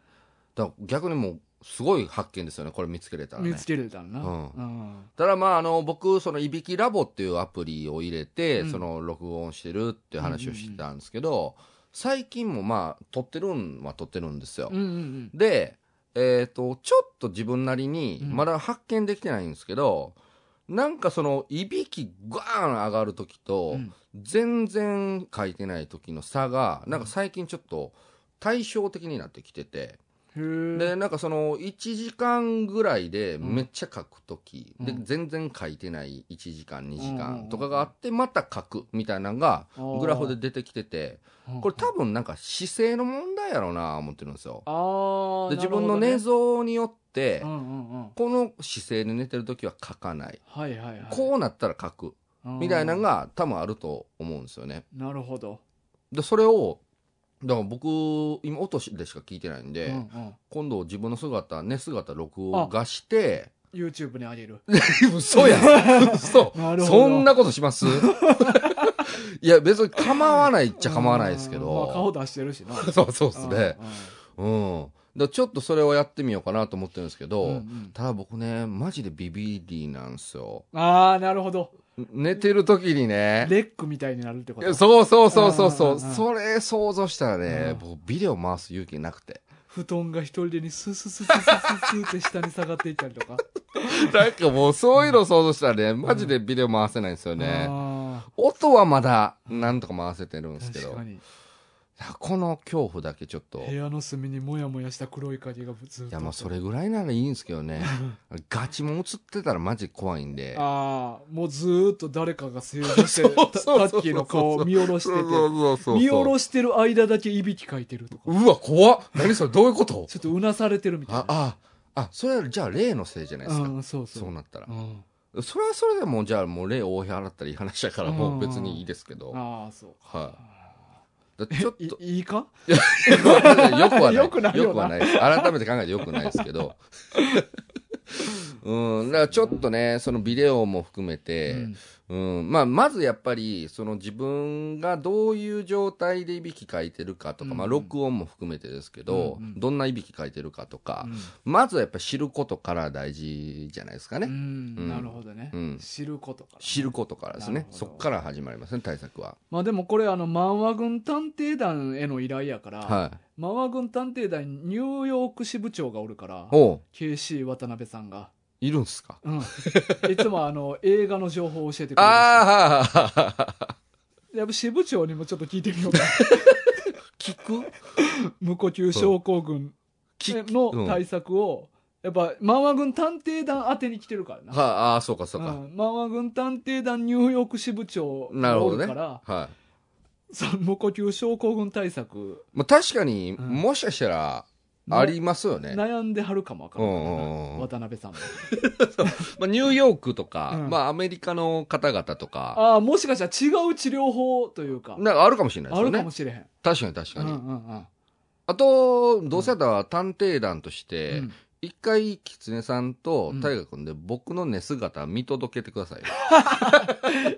Speaker 2: だから逆にもう、すごい発見ですよね、これ見つけれたらね。
Speaker 1: 見つけれたらな
Speaker 2: うん
Speaker 1: うん
Speaker 2: ただまあ、あの、僕、その、いびきラボっていうアプリを入れて、
Speaker 1: うん
Speaker 2: その、録音してるっていう話をしてたんですけど、最近もまあ、撮ってるんは撮ってるんですよ。
Speaker 1: うんうん
Speaker 2: で、えっ、と、ちょっと自分なりに、
Speaker 1: うん
Speaker 2: まだ発見できてないんですけど、なんかその、いびきガーン上がるときと、
Speaker 1: うん
Speaker 2: 全然書いてない時の差が、なんか最近ちょっと対照的になってきてて、
Speaker 1: うんへ
Speaker 2: で、
Speaker 1: え
Speaker 2: なんかその1時間ぐらいでめっちゃ書く時、
Speaker 1: うん
Speaker 2: で
Speaker 1: うん、
Speaker 2: 全然書いてない1時間、2時
Speaker 1: うんうんうん
Speaker 2: 間とかがあって、また書くみたいなのが、グラフで出てきてて、これ多分なんか姿勢の問題やろうな思ってるんですよ。
Speaker 1: あー
Speaker 2: で、
Speaker 1: な
Speaker 2: 自
Speaker 1: るほ
Speaker 2: 分
Speaker 1: ど
Speaker 2: の
Speaker 1: ね
Speaker 2: 寝相によって
Speaker 1: う、んうんうん
Speaker 2: この姿勢で寝てる時は書かない。
Speaker 1: はいはいはい
Speaker 2: こうなったら書く。
Speaker 1: うん
Speaker 2: みたいなのが多分あると思うんですよね。
Speaker 1: なるほど
Speaker 2: でそれをだから僕今音でしか聞いてないんで、
Speaker 1: うんうん
Speaker 2: 今度自分の姿寝姿録画して
Speaker 1: YouTube に上げる
Speaker 2: 嘘やん嘘
Speaker 1: なるほど
Speaker 2: そんなことします いや別に構わないっちゃ構わないですけ
Speaker 1: うんまあ、顔
Speaker 2: ど、
Speaker 1: 出してるしな
Speaker 2: そうそうですね
Speaker 1: うんうん
Speaker 2: うんだからちょっとそれをやってみようかなと思ってるんですけど、
Speaker 1: うんうん
Speaker 2: ただ僕ねマジでビビリなんですよ
Speaker 1: ああなるほど
Speaker 2: 寝てる時にね
Speaker 1: レックみたいになるってこと
Speaker 2: そうそうそうそうそ
Speaker 1: うん
Speaker 2: う
Speaker 1: うんうん
Speaker 2: それ想像したらね
Speaker 1: う
Speaker 2: 僕ビデオ回す勇気なくて
Speaker 1: 布団が一人でにスースースースースースーって下に下がっていったりとか
Speaker 2: なんかもうそういうの想像したらね、マジでビデオ回せないんですよね。
Speaker 1: あ
Speaker 2: 音はまだなんとか回せてるんです
Speaker 1: ー
Speaker 2: け
Speaker 1: 確
Speaker 2: ど
Speaker 1: か、に
Speaker 2: この恐怖だけちょっと、
Speaker 1: 部
Speaker 2: い
Speaker 1: 屋の隅にもやもやした黒い影がずっと
Speaker 2: やもうそれぐらいならいいんですけどね、ガチも映ってたらマジ怖いんで。
Speaker 1: ああもうずーっと誰かが正座してタ
Speaker 2: そうそうそうそう
Speaker 1: ッキーの顔を見下ろしてて
Speaker 2: そうそうそうそう
Speaker 1: 見下ろしてる間だけいびきかいてるとか
Speaker 2: うわ、怖っ何それどういうこと
Speaker 1: ちょっとうなされてるみたい
Speaker 2: あ
Speaker 1: な、
Speaker 2: あ、あ、それはじゃあ例のせいじゃないですか。
Speaker 1: うんそうそう
Speaker 2: そうなったら
Speaker 1: う。ん
Speaker 2: それはそれでもうじゃあもう例を追い払ったらいい話だからもう別にいいですけど。はい、
Speaker 1: ああそう
Speaker 2: だちょっと
Speaker 1: い、いいか
Speaker 2: よくはない。
Speaker 1: よくないよな
Speaker 2: よくはないです。改めて考えてよくないですけ ど。うん、だからちょっとね、そのビデオも含めて、
Speaker 1: うん
Speaker 2: うんまあ、まずやっぱりその自分がどういう状態でいびきかいてるかと
Speaker 1: う
Speaker 2: か、
Speaker 1: んうん
Speaker 2: まあ、録音も含めてですけど、
Speaker 1: うんうん
Speaker 2: どんないびきかいてるかとか、まずはやっぱ知ることから大事じゃないですか
Speaker 1: う
Speaker 2: ね、
Speaker 1: ん、なるほどね、
Speaker 2: うん
Speaker 1: 知ることから
Speaker 2: 知ることからです
Speaker 1: なる
Speaker 2: ね
Speaker 1: ほど
Speaker 2: そこから始まりますね対策は。
Speaker 1: まあでもこれあの漫画軍探偵団への依頼やから、
Speaker 2: はい、
Speaker 1: 漫画軍探偵団にニューヨーク支部長がおるから
Speaker 2: おう
Speaker 1: KC 渡辺さんが、
Speaker 2: いるんすか
Speaker 1: うん、いつもあの映画の情報を教えてくれる
Speaker 2: ああ
Speaker 1: やっぱ支部長にもちょっと聞いてみようか
Speaker 2: 聞く
Speaker 1: 無呼吸症候群
Speaker 2: 聞く
Speaker 1: の対策を、やっぱ漫画軍探偵団宛てに来てるからな
Speaker 2: はああそうかそうか、
Speaker 1: ん、漫画軍探偵団ニューヨーク支部長
Speaker 2: なる
Speaker 1: が
Speaker 2: ほ
Speaker 1: お
Speaker 2: ど
Speaker 1: る
Speaker 2: ね
Speaker 1: から、
Speaker 2: はい
Speaker 1: その無呼吸症候群対策、
Speaker 2: まあ、確かに、
Speaker 1: うん
Speaker 2: もしかしたらありますよね、
Speaker 1: 悩んではるかもわからんからな
Speaker 2: うんうんうん
Speaker 1: 渡辺さんも
Speaker 2: まあ、ニューヨークとか、
Speaker 1: うん
Speaker 2: まあ、アメリカの方々とか
Speaker 1: ああもしかしたら違う治療法というか
Speaker 2: なんかあるかもしれないで
Speaker 1: あ
Speaker 2: すよ
Speaker 1: るかも
Speaker 2: ね
Speaker 1: しれへん
Speaker 2: 確かに確かに、
Speaker 1: うんうんうん
Speaker 2: あとどうせやったら探偵団とし
Speaker 1: う
Speaker 2: て
Speaker 1: ん
Speaker 2: 一、回キツネさんと
Speaker 1: うん
Speaker 2: 大河君で僕の寝姿見届けてくだ さいよ、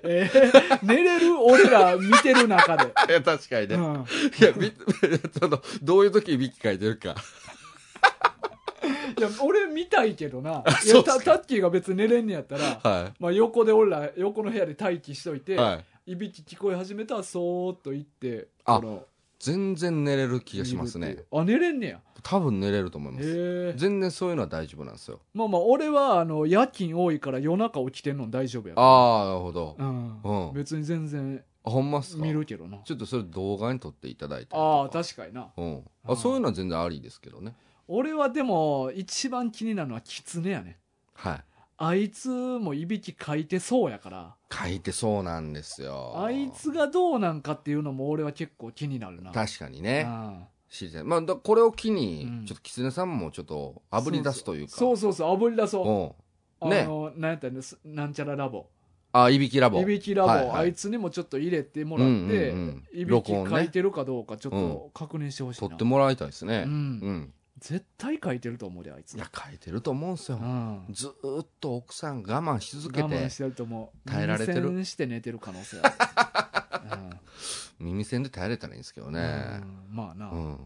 Speaker 1: えー 寝れる俺ら見てる中 で、
Speaker 2: いや確かにね、
Speaker 1: う
Speaker 2: い
Speaker 1: ん
Speaker 2: やび そのどういう時いびきかいてるか
Speaker 1: いや俺見たいけどな
Speaker 2: あ
Speaker 1: いや
Speaker 2: そうっす
Speaker 1: た
Speaker 2: か
Speaker 1: タッキーが別に寝れんねやったら
Speaker 2: は
Speaker 1: まあ横で俺ら横の部屋で待機しといて、
Speaker 2: い、はい、
Speaker 1: い、びき聞こえ始めたらそーっと行って
Speaker 2: あ
Speaker 1: この
Speaker 2: 全然寝れる気がします
Speaker 1: 見るっ
Speaker 2: ね
Speaker 1: ていうあ寝れんねや
Speaker 2: 多分寝れると思います
Speaker 1: へえ
Speaker 2: 全然そういうのは大丈夫なんですよ
Speaker 1: まあまあ俺はあの夜勤多いから夜中起きてんの大丈夫やから
Speaker 2: ああなるほど、
Speaker 1: うん
Speaker 2: うん
Speaker 1: 別に全然
Speaker 2: あほんまっすか
Speaker 1: 見るけどな
Speaker 2: ちょっとそれ動画に撮っていただいたりと
Speaker 1: ああ
Speaker 2: か
Speaker 1: 確かにな
Speaker 2: うん、
Speaker 1: あー
Speaker 2: あそういうのは全然ありですけどね
Speaker 1: 俺はでも一番気になるのはキツネやね
Speaker 2: はい
Speaker 1: あいつもいびきかいてそうやから
Speaker 2: 書いてそうなんですよ
Speaker 1: あいつがどうなんかっていうのも俺は結構気になるな
Speaker 2: 確かに
Speaker 1: う
Speaker 2: ね
Speaker 1: ん
Speaker 2: 知りたいまあだこれを機に、
Speaker 1: うん
Speaker 2: ちょっと狐さんもちょっとあぶり出すというか
Speaker 1: そう
Speaker 2: そ
Speaker 1: そうそう炙り出そう
Speaker 2: うん
Speaker 1: あ
Speaker 2: ね
Speaker 1: のなんやったらねすなんちゃらラボ
Speaker 2: あいびきラボ
Speaker 1: いびきラボ、
Speaker 2: はいはい
Speaker 1: あいつにもちょっと入れてもらって、
Speaker 2: うんうんうん
Speaker 1: いびき
Speaker 2: 録音ね
Speaker 1: 書いてるかどうかちょっと確認してほしいな、
Speaker 2: 撮ってもらいたいですね
Speaker 1: う
Speaker 2: うん、
Speaker 1: ん絶対書いてると思うであいつ
Speaker 2: いや書いてると思うんですよ、
Speaker 1: うん
Speaker 2: ずーっと奥さん我慢し続け
Speaker 1: 我慢
Speaker 2: て
Speaker 1: してると思う
Speaker 2: 耐えられてる
Speaker 1: 耳栓して寝てる可能性あ る、うん
Speaker 2: 耳栓で耐えれたらいいんですけどね
Speaker 1: うんまあな、
Speaker 2: うん、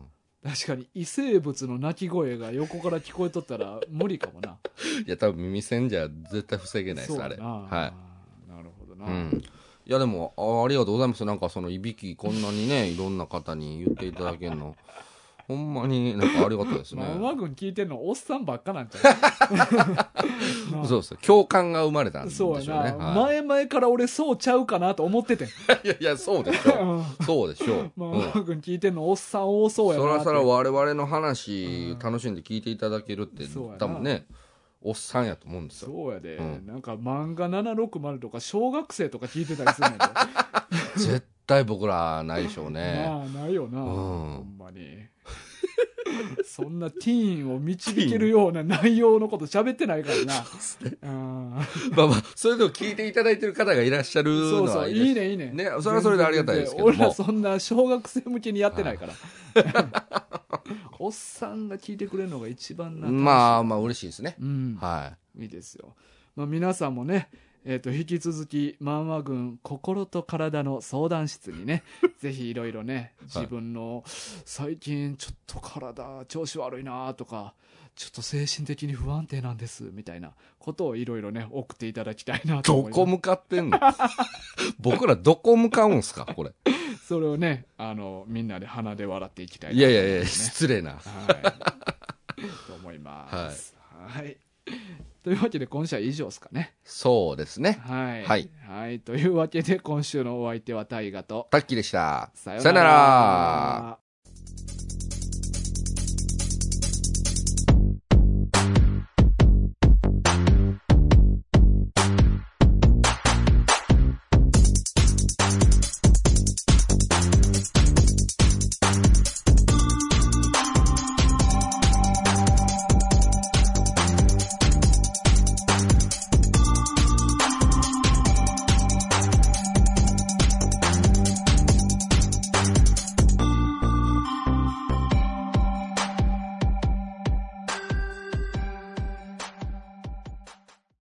Speaker 1: 確かに異生物の鳴き声が横から聞こえとったら無理かもな
Speaker 2: いや多分耳栓じゃ絶対防げないで
Speaker 1: そう
Speaker 2: す
Speaker 1: だ
Speaker 2: あれ
Speaker 1: な
Speaker 2: はい
Speaker 1: なるほどな、
Speaker 2: うん、いやでもあありがとうございますなんかそのいびきこんなにねいろんな方に言っていただけるの ほんまになんかありがたいですね
Speaker 1: まあ、馬軍聞いてんのおっさんばっかなんちゃうなあ
Speaker 2: そうです共感が生まれたんでしょ
Speaker 1: そうう
Speaker 2: ね
Speaker 1: やな、
Speaker 2: はい、
Speaker 1: 前々から俺そうちゃうかなと思っててん
Speaker 2: いやいやそ うでしょうそうでしょう、
Speaker 1: まあ、
Speaker 2: うん
Speaker 1: 馬軍聞いてんのおっさん多そうやな
Speaker 2: そ
Speaker 1: っ
Speaker 2: ら
Speaker 1: て
Speaker 2: そら我々の
Speaker 1: う
Speaker 2: 話
Speaker 1: ん
Speaker 2: 楽しんで聞いていただけるって
Speaker 1: そうやな
Speaker 2: 多分ねおっさんやと思うんですよ
Speaker 1: そうやで、
Speaker 2: うん
Speaker 1: なんか漫画760とか小学生とか聞いてたりするんや
Speaker 2: 絶対僕らないでしょう
Speaker 1: で、
Speaker 2: ね
Speaker 1: まあないよな、
Speaker 2: ん
Speaker 1: ほんまにそんなティーンを導けるような内容のこと喋ってないからなうん
Speaker 2: まあまあそれでも聞いていただいてる方がいらっしゃる
Speaker 1: そ
Speaker 2: の
Speaker 1: うそ
Speaker 2: は
Speaker 1: う
Speaker 2: いいです
Speaker 1: いいねいいね
Speaker 2: ねそれはそれでありがたいですけども
Speaker 1: 全然俺らそんな小学生向けにやってないから おっさんが聞いてくれるのが一番な
Speaker 2: ま
Speaker 1: あ
Speaker 2: あまあ嬉しいですね、
Speaker 1: うん、
Speaker 2: はい
Speaker 1: いですよ、まあ、皆さんもね、えー、と引き続き漫画軍心と体の相談室に ねぜひいろいろね自分の最近ちょっと体調子悪いなとかちょっと精神的に不安定なんですみたいなことをいろいろね送っていただきたいなと
Speaker 2: ど
Speaker 1: 思います
Speaker 2: こ向かってんの 僕らどこ向かうんすかこれ。
Speaker 1: それをねあのみんなで鼻で笑っていきたい
Speaker 2: い
Speaker 1: なと
Speaker 2: やい
Speaker 1: 思
Speaker 2: や
Speaker 1: ま
Speaker 2: いや、
Speaker 1: すね
Speaker 2: 失礼な。
Speaker 1: はい。と思います。はい。というわけで今週は以上ですかね。
Speaker 2: そうですね。
Speaker 1: はい。
Speaker 2: はい。
Speaker 1: というわけで今週のお相手は大河と、
Speaker 2: タッキーでした。
Speaker 1: さよう
Speaker 2: さよなら。
Speaker 1: ら。